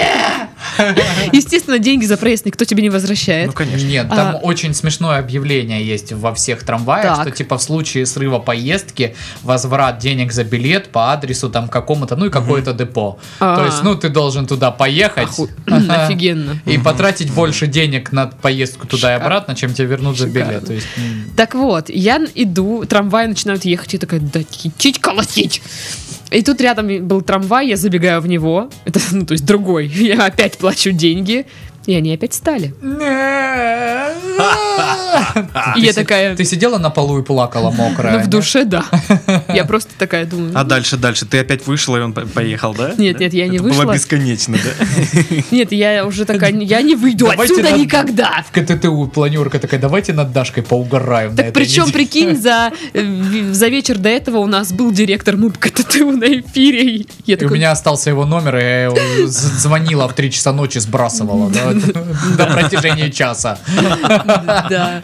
Естественно, деньги за проезд никто тебе не возвращает. Ну, конечно. Нет, А- там очень смешное объявление есть во всех трамваях, Так. что типа в случае срыва поездки возврат денег за билет по адресу там какому-то, ну и какое-то депо. А. То есть, ну ты должен туда поехать. Оху- Ага. Офигенно. И потратить больше денег на поездку туда и Шикарно. обратно, чем тебе вернут за Шикарно. билет. То есть, м, Так вот, я иду, трамваи начинают ехать, и такая, да кичить, колотить. И тут рядом был трамвай, я забегаю в него, это, ну, то есть другой, я опять плачу деньги, и они опять стали. И я си- такая, Ты сидела на полу и плакала мокрая. ну в нет? душе да. Я просто такая думаю. А дальше, дальше. Ты опять вышла, и он по- поехал, да? Нет, Да? нет, я не Это вышла. было бесконечно, да? Нет, я уже такая, я не выйду Давайте отсюда на- никогда. В КТТУ планерка такая, давайте над Дашкой поугараем на Так этой причем, неделе». прикинь, за, э, в- за вечер до этого у нас был директор МУП КТТУ на эфире. и Я И у такой, меня остался его номер, и я его з- звонила в 3 часа ночи, сбрасывала да, до протяжении часа. да.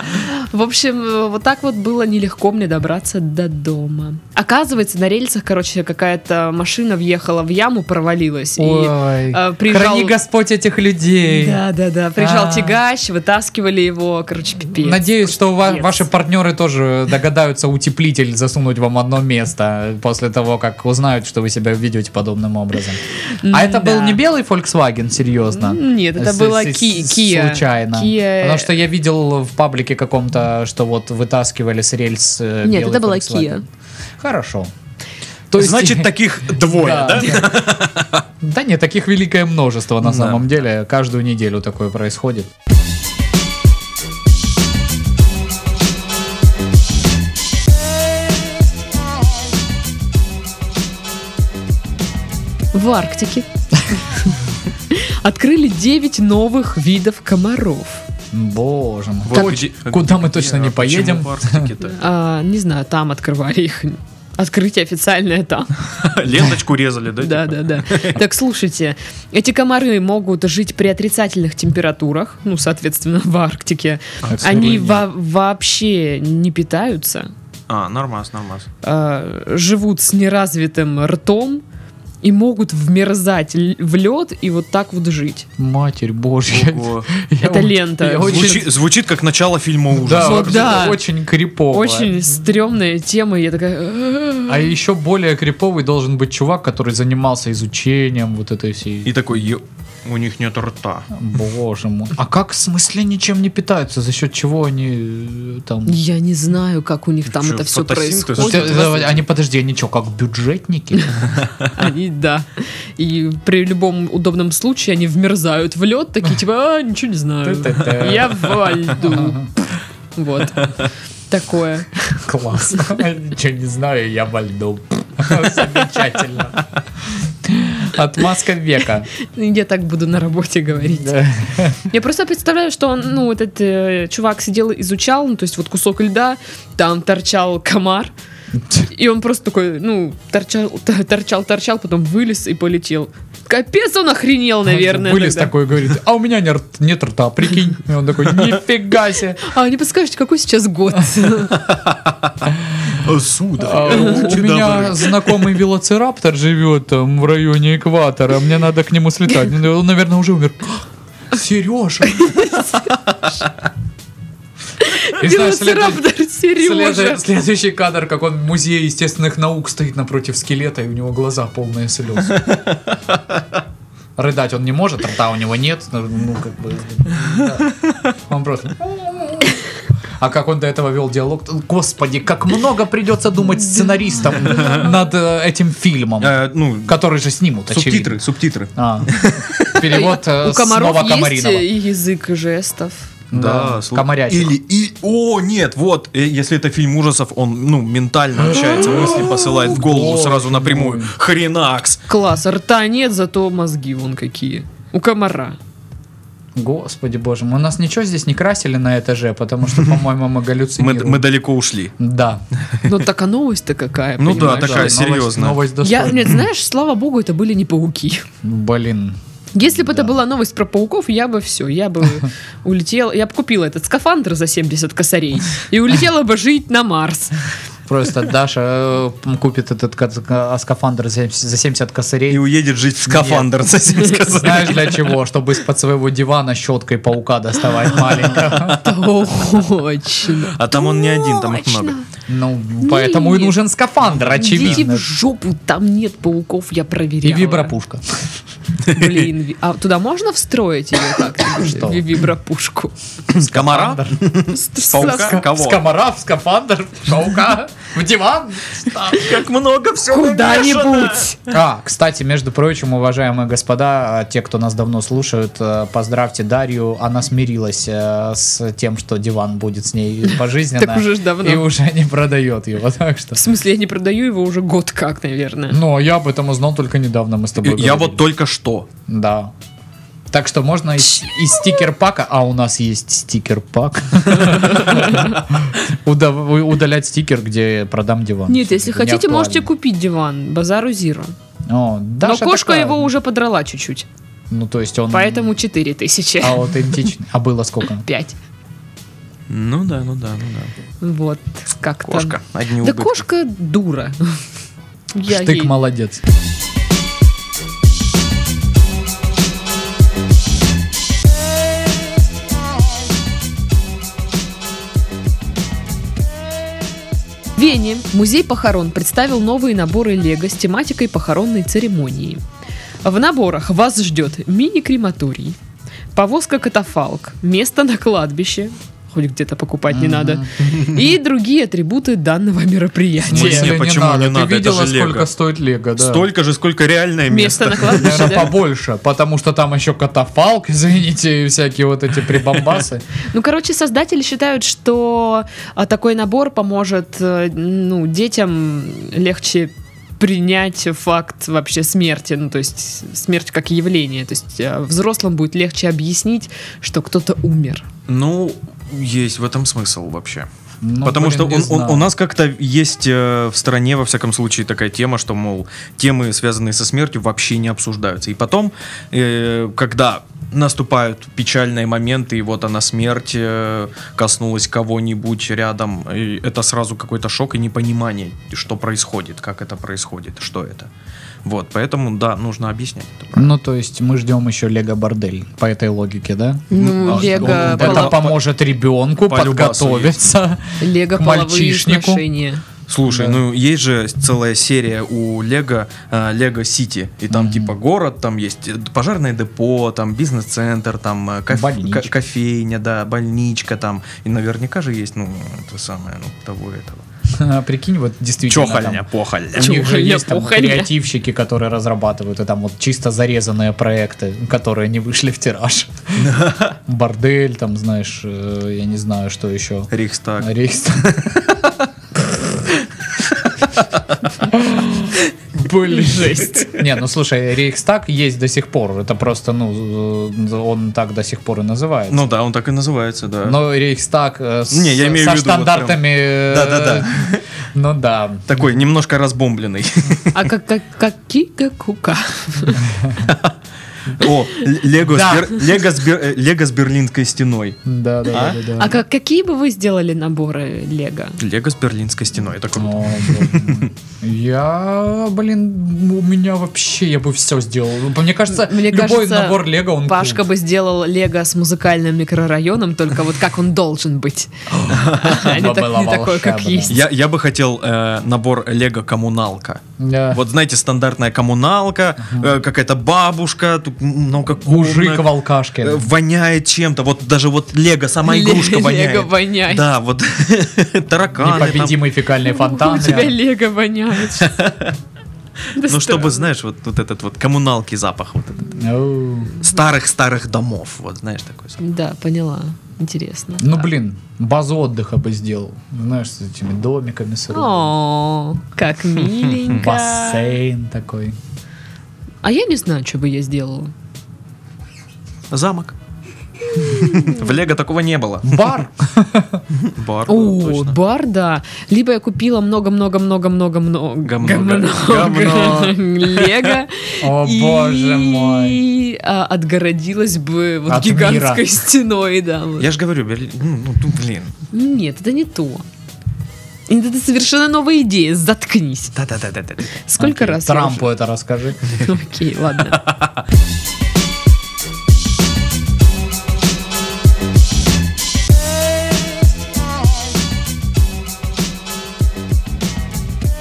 В общем, э, вот так вот было нелегко мне добраться до дома. Оказывается, на рельсах, короче, какая-то машина въехала в яму, провалилась. и Ой, э, приезжал- храни Господь этих людей. Да, да, да. Приезжал А. тягач, вытаскивали его. Короче, пипец. Надеюсь, что ва- Пипец. ваши партнеры тоже догадаются утеплитель засунуть вам одно место после того, как узнают, что вы себя ведете подобным образом. А это был Да. не белый Volkswagen, серьезно? Нет, это С- была с- с- Ки- Kia. Случайно. Kia. Потому что я видел в паблике каком-то, что вот вытаскивали с рельс э, Нет, белый это была Volkswagen. Kia. Хорошо. То есть- Значит, таких двое, да? да? Да нет, таких великое множество на Да. самом деле. Каждую неделю такое происходит. В Арктике открыли 9 новых видов комаров. Боже мой. Вот Так, где- куда мы точно не А почему поедем? в Арктике-то? А, не знаю, там открывали их. Открытие официальное там. Ленточку резали, да? Да, типа? да, да. Так слушайте, эти комары могут жить при отрицательных температурах, ну, соответственно, в Арктике. Отсюда Они и- во- вообще не питаются. А, нормас, нормас. э, живут с неразвитым ртом и могут вмерзать л- в лед и вот так вот жить. Матерь божья. Ого. Я Это вот- лента. я Очень- Звучи- Звучит как начало фильма Да, ужасов. Вот вот да. это очень крипово. Очень стрёмная тема. и Я такая... «Э-э-э». А еще более криповый должен быть чувак, который занимался изучением вот этой всей... И такой, «Е- у них нет рта. Боже мой. А как в смысле ничем не питаются? За счет чего они э, там... Я не знаю, как у них там Чё, это все фотосинтез? То есть, ходят, э, происходит. здравствуйте. Они, подожди, они что, как бюджетники? Они, да. И при любом удобном случае они вмерзают в лед, такие типа, «А, ничего не знаю. Т-т-т. Я во льду. Вот. Такое. Классно. Ничего не знаю, я во льду. Замечательно. Отмазка века. Я так буду на работе говорить. Я просто представляю, что он, ну, этот э, чувак сидел и изучал, ну, то есть вот кусок льда, там торчал комар, и он просто такой, ну, торчал, т- торчал, торчал, потом вылез и полетел. Капец, он охренел, наверное. Вылез тогда. такой и говорит, а у меня нет, нет рта, прикинь. И он такой, нифига себе. А не подскажете, какой сейчас год? Э, Сударь. А, У у будьте меня добры. знакомый велоцираптор живет там в районе экватора, мне надо к нему слетать. Ну, Он, наверное, уже умер. Сережа! И знаешь, следующий- Велоцираптор, Сережа. следующий- Следующий кадр, как он в музее естественных наук стоит напротив скелета, и у него глаза полные слез. Рыдать он не может, рта у него нет. Ну, ну, как бы... да. Он просто... А как он до этого вел диалог? Господи, как много придется думать сценаристам над э, этим фильмом, Э, Ну, который же снимут, субтитры, очевидно. субтитры. А. Перевод э, У комаров снова есть Комаринова. э, язык жестов. Да, слу- комарячего. Или и о нет, вот э, если это фильм ужасов, он ну ментально общается, мысли посылает в голову Боже сразу напрямую. мой. Хренакс. Класс, рта нет, зато мозги вон какие. У комара. Господи боже мой, у нас ничего здесь не красили на этаже, потому что, по-моему, мы Мы, галлюцинируем. мы далеко ушли. Да. Ну так а новость-то какая, Ну да, понимаешь? такая новость- серьезная. Новость Я, достойная. нет, знаешь, слава богу, это были не пауки. Блин. Если бы это была новость про пауков, я бы все, я бы улетела, я бы купила этот скафандр за 70 косарей и улетела бы жить на Марс. Просто Даша э, купит этот ка- ка- а, скафандр за 70 за 70 И косарей. уедет жить в скафандр, совсем сказать. Знаешь для чего? Чтобы из-под своего дивана щеткой паука доставать маленького. Точно. А там он не один, там их Точно. много. Ну, поэтому и Нет. нужен скафандр, Идите в очевидно. жопу, там нет пауков, я проверяла. И вибропушка. Блин, ви- а туда можно встроить ее так? Что? ви- Вибропушку. С комара? Паука? С А? Кого? комара в скафандр, паука в диван. Как много всего Куда-нибудь. А, кстати, между прочим, уважаемые господа, э, те, кто нас давно слушают, э, поздравьте Дарью. Она смирилась э, с тем, что диван будет с ней пожизненно. Так уже ж давно. И уже не продает его, так что... В смысле, я не продаю его уже год как, наверное. Ну, а я об этом узнал только недавно, мы с тобой Я говорили. вот только что. Да. Так что можно из, из стикер-пака, а у нас есть стикер-пак, Уда- удалять стикер, где продам диван. Нет, если Ну, Не хотите, актуально. можете купить диван. Базару Зиру. Но О, Даша кошка такая, его уже подрала чуть-чуть. Ну, то есть он... Поэтому 4000. А Аутентичный. А было сколько? 5. Ну да, ну да, ну да. Вот, как-то. Кошка. Одни Да убытки. кошка дура. Я Штык ей- молодец. В Вене музей похорон представил новые наборы Лего с тематикой похоронной церемонии. В наборах вас ждет мини-крематорий, повозка-катафалк, место на кладбище, хоть где-то покупать не надо, и другие атрибуты данного мероприятия. В смысле, Не, почему не надо? Ты Это видела, же Лего. сколько стоит Лего, да? Столько же, сколько реальное Место место. на кладбище, Наверное, да? побольше, потому что там еще катафалк, извините, и всякие вот эти прибамбасы. Ну, короче, создатели считают, что а, такой набор поможет э, ну, детям легче принять факт вообще смерти, ну, то есть смерть как явление. То есть э, взрослым будет легче объяснить, что кто-то умер. Ну, есть в этом смысл вообще. Ну, Потому блин, что не он- он- знаю. у нас как-то есть э, в стране, во всяком случае, такая тема, что, мол, темы, связанные со смертью, вообще не обсуждаются. И потом, э, когда наступают печальные моменты, и вот она смерть э, коснулась кого-нибудь рядом, и это сразу какой-то шок и непонимание, что происходит, как это происходит, что это. Вот, поэтому, да, нужно объяснять это. правильно. Ну, то есть мы ждем еще Лего бордель по этой логике, да? Ну, а лего, что, поло- Это поможет ребенку По любасу подготовиться. лего к половые мальчишнику. отношения. Слушай, Да. ну есть же целая серия у Лего, э, Лего Сити, и там Мгм. типа город, там есть э, пожарное депо, там бизнес-центр, там э, коф- Больничка. ко- кофейня, да, больничка там, и наверняка же есть, ну, это самое, ну, того и этого. А, Прикинь, вот действительно. там- похальня. У них же Чухальня, есть там пухальня. креативщики, которые разрабатывают, и там вот чисто зарезанные проекты, которые не вышли в тираж. Бордель, там, знаешь, э, я не знаю, что еще. Рейхстаг. Рейс. Блин. Жесть. Не, ну слушай, Рейхстаг есть до сих пор. Это просто, ну, э, он так до сих пор и называется. Ну да, он так и называется, да. Но Рейхстаг э, с- Не, я имею со в виду вот прям- стандартами... э, Да-да-да. Ну да. Такой немножко разбомбленный. А как, как, какие кука? О, л- Лего с Да. Бер- Лего с Бер- э, Лего с Берлинской стеной. Да, да, А? да, да. А как, какие бы вы сделали наборы лего? Лего с Берлинской стеной, это круто. О, боже мой. Я, блин, у меня вообще я бы все сделал. Мне кажется, Мне любой кажется, набор Лего, он Пашка бы сделал Лего с музыкальным микрорайоном, только вот как он должен быть. А не Было так- не такой, как волшебно. есть. Я, я бы хотел э, набор Лего коммуналка. круто. Да. Вот знаете, стандартная коммуналка, э, какая-то бабушка, тут много Мужик в комнат, алкашке. э, воняет чем-то. Вот даже вот Лего, сама игрушка Ле- воняет. Лего воняет. Да, вот тараканы. там. Непобедимый фекальный фонтан. У тебя да. Лего воняет. Да Ну, чтобы, странно. знаешь, вот, вот этот вот коммуналки запах вот этот. Оу. старых-старых домов. Вот знаешь, такой запах. Да, поняла. Интересно. Ну, блин, базу отдыха бы сделал. Знаешь, с этими домиками с О, как миленько. Бассейн такой. А я не знаю, что бы я сделала. Замок. В Лего такого не было. Бар. Бар, да, О, точно. бар, да. Либо я купила много-много-много-много-много Гамного. гамного Лего. О, И, боже мой. а, отгородилась бы вот От гигантской мира. стеной, да. вот. Я же говорю, Берли- ну, ну, ну, блин. Нет, это не то. Это совершенно новая идея. Заткнись. Да-да-да-да. Сколько Окей, раз? я Трампу это расскажи. уже- Окей, ладно.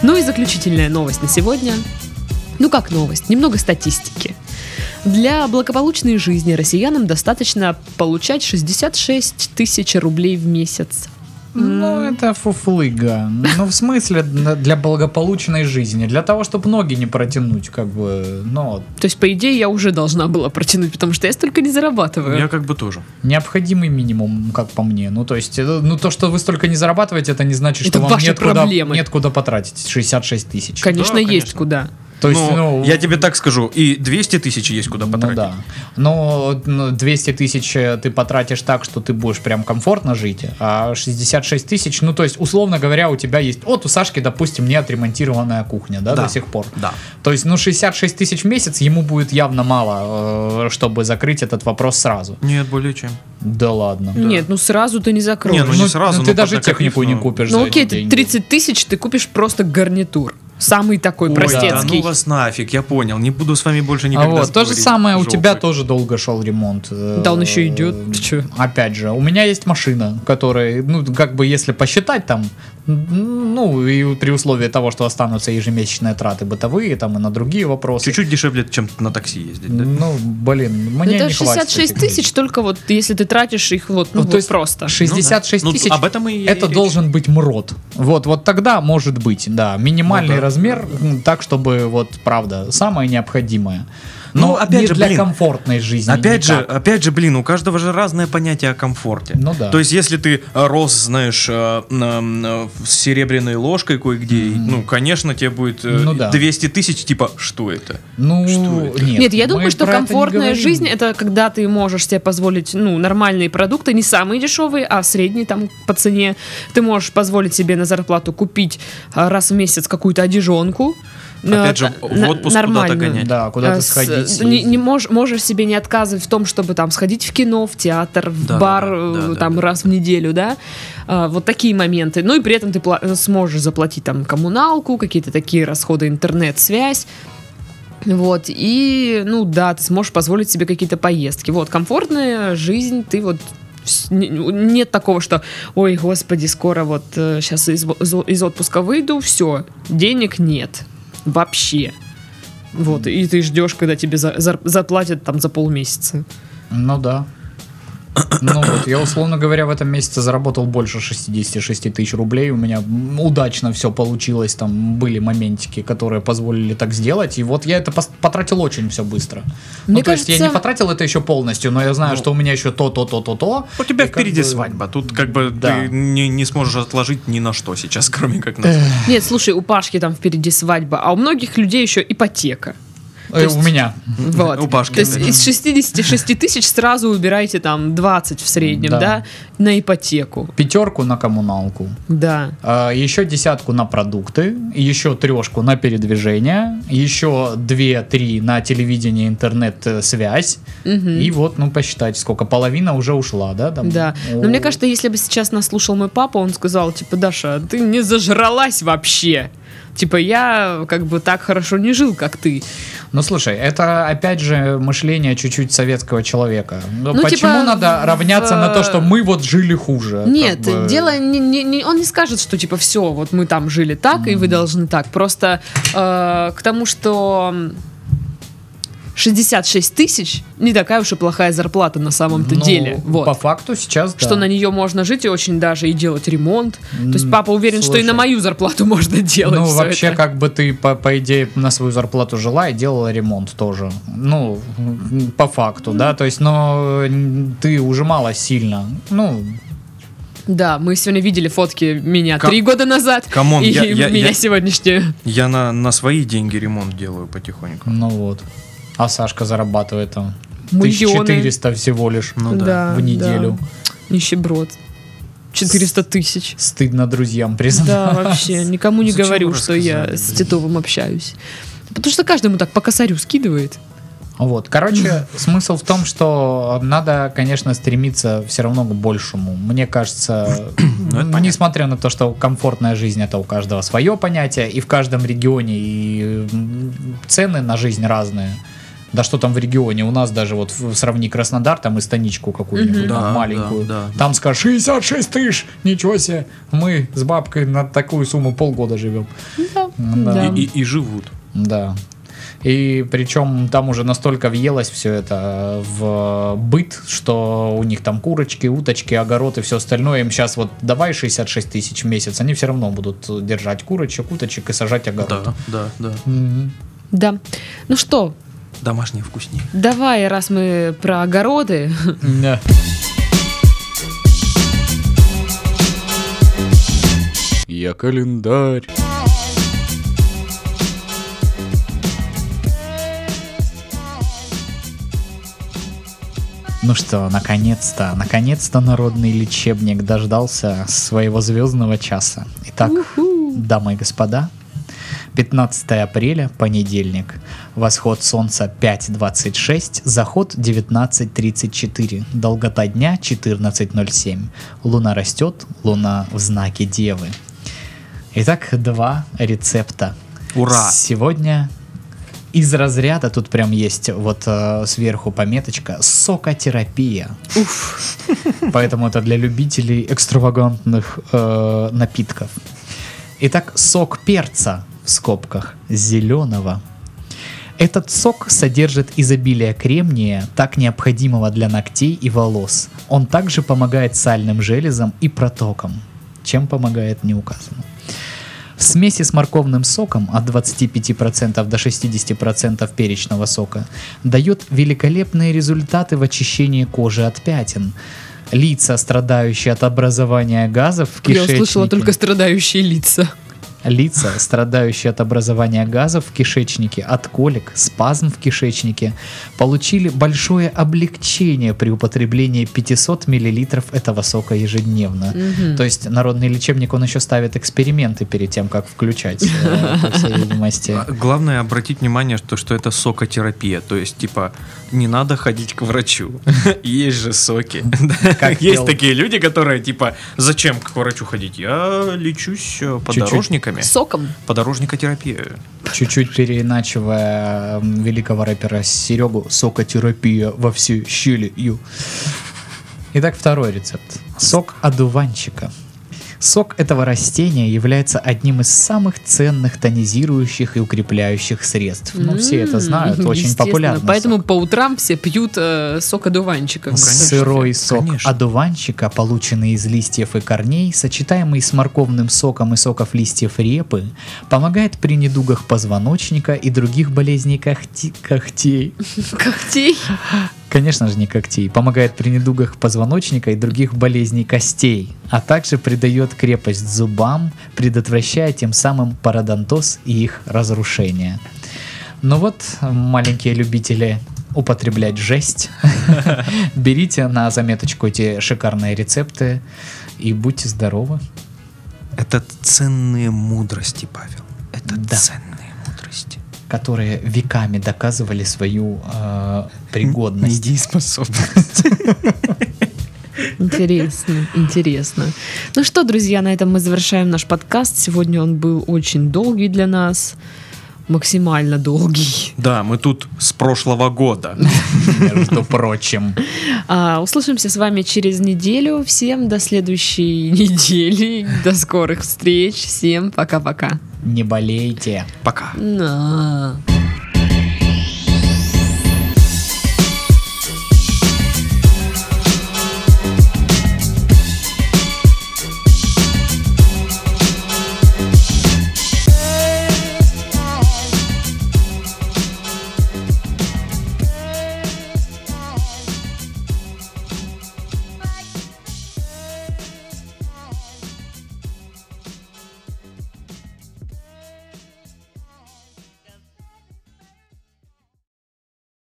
Ну и заключительная новость на сегодня. Ну как новость? Немного статистики. Для благополучной жизни россиянам достаточно получать 66 тысяч рублей в месяц. Ну, это фуфлыга. Ну, в смысле, на- для благополучной жизни. Для того, чтобы ноги не протянуть, как бы, ну, вот, То есть, по идее, я уже должна была протянуть, потому что я столько не зарабатываю. Я как бы тоже. необходимый минимум, как по мне. Ну, то есть, это- ну, то, что вы столько не зарабатываете, это не значит, Это что вам ваши нет куда, проблемы. нет куда потратить 66 тысяч. Конечно, Да, есть конечно. куда. То есть, ну, я тебе так скажу, и 200 тысяч есть куда Ну потратить. да. Но ну, 200 тысяч э, ты потратишь так, что ты будешь прям комфортно жить, а 66 тысяч, ну то есть, условно говоря, у тебя есть... Вот у Сашки, допустим, не отремонтированная кухня, да, Да. до сих пор. Да. То есть, ну 66 тысяч в месяц ему будет явно мало, э, чтобы закрыть этот вопрос сразу. Нет, более чем. Да ладно. Нет, ну сразу ты не закроешь. Не, ну не сразу, ты ну, даже под накопив, технику не ну. купишь Ну за окей, эти ты деньги. 30 тысяч ты купишь просто гарнитур. Самый такой Ой, Да, простецкий. ну вас нафиг, я понял. Не буду с вами больше А никогда вот, то же спорить, самое, у жопы. тебя тоже долго шел ремонт. э, Да он еще идет, ты че? Опять же, у меня есть машина, которая, ну, как бы, если посчитать там, ну, и при условии того, что останутся ежемесячные траты бытовые, там, и на другие вопросы. Чуть-чуть дешевле, чем на такси ездить, да? Ну, блин, Ну, мне это не хватит 66 этих тысяч, денег. только вот если ты тратишь их вот, ну, Ну, вот то есть просто. 66 Ну, тысяч. об этом и это речь. должен быть мрот. Вот, вот тогда может быть, да, минимальный Ну, да. размер, м, так чтобы вот правда самое необходимое. Ну, Но опять не же, для блин, комфортной жизни. Ну, Опять же, никак. опять же, блин, у каждого же разное понятие о комфорте. Ну да. То есть, если ты э, рос, знаешь, э, м, э, с серебряной ложкой кое-где, и, ну, конечно, тебе будет э, Ну да. 200 тысяч, типа, что это? Ну, Что это? нет. Нет, я мы думаю, что про это не комфортная говорим. жизнь это когда ты можешь себе позволить ну, нормальные продукты, не самые дешевые, а средние там по цене. Ты можешь позволить себе на зарплату купить а, раз в месяц какую-то одежонку. Опять же, э, в на- отпуск куда-то гонять. Да, куда-то А, с- сходить. не, съездить. не мож- можешь себе не отказывать в том, чтобы там сходить в кино, в театр, в Да, да, бар да, э, да, да, там да. раз в неделю, да. А, вот такие моменты. Ну и при этом ты пла- сможешь заплатить там коммуналку, какие-то такие расходы, интернет, связь. Вот, и, ну да, ты сможешь позволить себе какие-то поездки. Вот, комфортная жизнь, ты вот вс- н- нет такого, что, ой, господи, скоро вот сейчас из, из- из отпуска выйду, все, денег нет вообще. Вот, и ты ждешь, когда тебе за- зар- заплатят там за полмесяца. Ну да. Ну вот, я, условно говоря, в этом месяце заработал больше 66 тысяч рублей. У меня м, удачно все получилось. Там были моментики, которые позволили так сделать. И вот я это пос- потратил очень все быстро. ну, Мне то есть я кажется- не потратил это еще полностью, но я знаю, Ну. что у меня еще то, то, то, то, то. У тебя И как впереди бы- свадьба. Тут как бы Да. ты не, не сможешь отложить ни на что сейчас, кроме как на... Нет, слушай, у Пашки там впереди свадьба, а у многих людей еще ипотека. Э, То есть- У меня. Вот. У Пашки, То есть да. из 66 тысяч сразу убираете там 20 в среднем, да, Да. на ипотеку. Пятерку на коммуналку. Да. А, Еще десятку на продукты, еще трешку на передвижение, еще две-три на телевидение, интернет, э, связь. Мгм. И вот, ну, посчитать, сколько. Половина уже ушла, да? там? Да. Но О. мне кажется, если бы сейчас нас слушал мой папа, он сказал, типа, Даша, ты не зажралась вообще. Типа, я как бы так хорошо не жил, как ты. Ну, слушай, это, опять же, мышление чуть-чуть советского человека. Ну, Ну, Почему типа, надо в- э, равняться на то, что мы вот жили хуже? Нет, Э, как бы? дело не, не- не- он не скажет, что типа все, вот мы там жили так, и вы должны так. Просто э, к тому, что м, 66 тысяч не такая уж и плохая зарплата на самом-то Ну, деле. Вот. По факту сейчас, да. Что на нее можно жить и очень даже и делать ремонт. То есть М, папа уверен, что и на слушай. мою зарплату можно делать. Ну, всё вообще, это. как бы ты, по, по идее, на свою зарплату жила и делала ремонт тоже. Ну, м, по факту, да. То есть, но м, ты ужималась сильно. Ну, Да, мы сегодня видели фотки меня Кам- три года назад. Камон, и я- я- меня я- сегодняшнюю. Я на, на свои деньги ремонт делаю потихоньку. ну вот. А Сашка зарабатывает там Миллионы. 1400 всего лишь Ну да. Да, в неделю. Нищеброд. 400 тысяч. Стыдно друзьям признаться. Да, вообще, никому не Зачем говорю, вы что я рассказали, с блин? Титовым общаюсь. Потому что каждому так по косарю скидывает. Вот, короче, смысл в том, что надо, конечно, стремиться все равно к большему. Мне кажется, Ну, ну, понятно. несмотря на то, что комфортная жизнь это у каждого свое понятие, и в каждом регионе и м, цены на жизнь разные. Да что там в регионе? У нас даже вот в- сравни Краснодар там и станичку какую-нибудь Мгм. там, Да, маленькую. да, да. Там скажешь 66 тысяч, ничего себе. Мы с бабкой на такую сумму полгода живем. Да. И, и- и живут. Да. И причем там уже настолько въелось все это э, в быт, что у них там курочки, уточки, огород и все остальное. Им сейчас вот давай 66 тысяч в месяц, они все равно будут держать курочек, уточек и сажать огород. Да, да, да. Мгм. Да. Ну что, Домашние вкуснее. давай, раз мы про огороды, Да. Я календарь. Ну что, наконец-то, наконец-то народный лечебник дождался своего звездного часа. Итак, Уху. дамы и господа, 15 апреля, понедельник. Восход солнца 5.26, заход 19.34, долгота дня 14.07. Луна растет, луна в знаке Девы. Итак, два рецепта. Ура! Сегодня из разряда, тут прям есть вот э, сверху пометочка, сокотерапия. Поэтому это для любителей экстравагантных э, напитков. Итак, сок перца в скобках зеленого. Этот сок содержит изобилие кремния, так необходимого для ногтей и волос. Он также помогает сальным железам и протокам. Чем помогает, не указано. В смеси с морковным соком от 25% до 60% перечного сока дает великолепные результаты в очищении кожи от пятен. Лица, страдающие от образования газов в Я кишечнике... услышала только страдающие лица. Лица, страдающие от образования газов в кишечнике, от колик, спазм в кишечнике, получили большое облегчение при употреблении 500 мл этого сока ежедневно. Мгм. То есть народный лечебник, он еще ставит эксперименты перед тем, как включать, э, по всей видимости. А, Главное обратить внимание, что, что это сокотерапия. То есть, типа, не надо ходить к врачу. Есть же соки. Как Есть пел- такие люди, которые, типа, зачем к врачу ходить? Я лечусь э, подорожниками. Соком. Подорожникотерапия. Чуть-чуть переиначивая м, великого рэпера Серегу «Сокотерапия во все щели». ю». Итак, второй рецепт. Сок одуванчика. Сок этого растения является одним из самых ценных тонизирующих и укрепляющих средств. Ну, все это знают, М, очень М-м, естественно. популярно. Поэтому по утрам все пьют э, сок одуванчика. Ну, конечно. Ну, Сырой сок Конечно. одуванчика, полученный из листьев и корней, сочетаемый с морковным соком и соков листьев репы, помогает при недугах позвоночника и других болезней когти- когтей. Когтей. Конечно же, не когтей. Помогает при недугах позвоночника и других болезней костей, а также придает крепость зубам, предотвращая тем самым пародонтоз и их разрушение. Ну вот, маленькие любители употреблять жесть, берите на заметочку эти шикарные рецепты и будьте здоровы. Это ценные мудрости, Павел. Это Да. ценные мудрости. которые веками доказывали свою э, пригодность. Недееспособность. Интересно, интересно. Ну что, друзья, на этом мы завершаем наш подкаст. Сегодня он был очень долгий для нас. Максимально долгий. Да, мы тут с прошлого года. Между прочим. А, услышимся с вами через неделю. Всем до следующей недели. До скорых встреч. Всем пока-пока. Не болейте. Пока. На.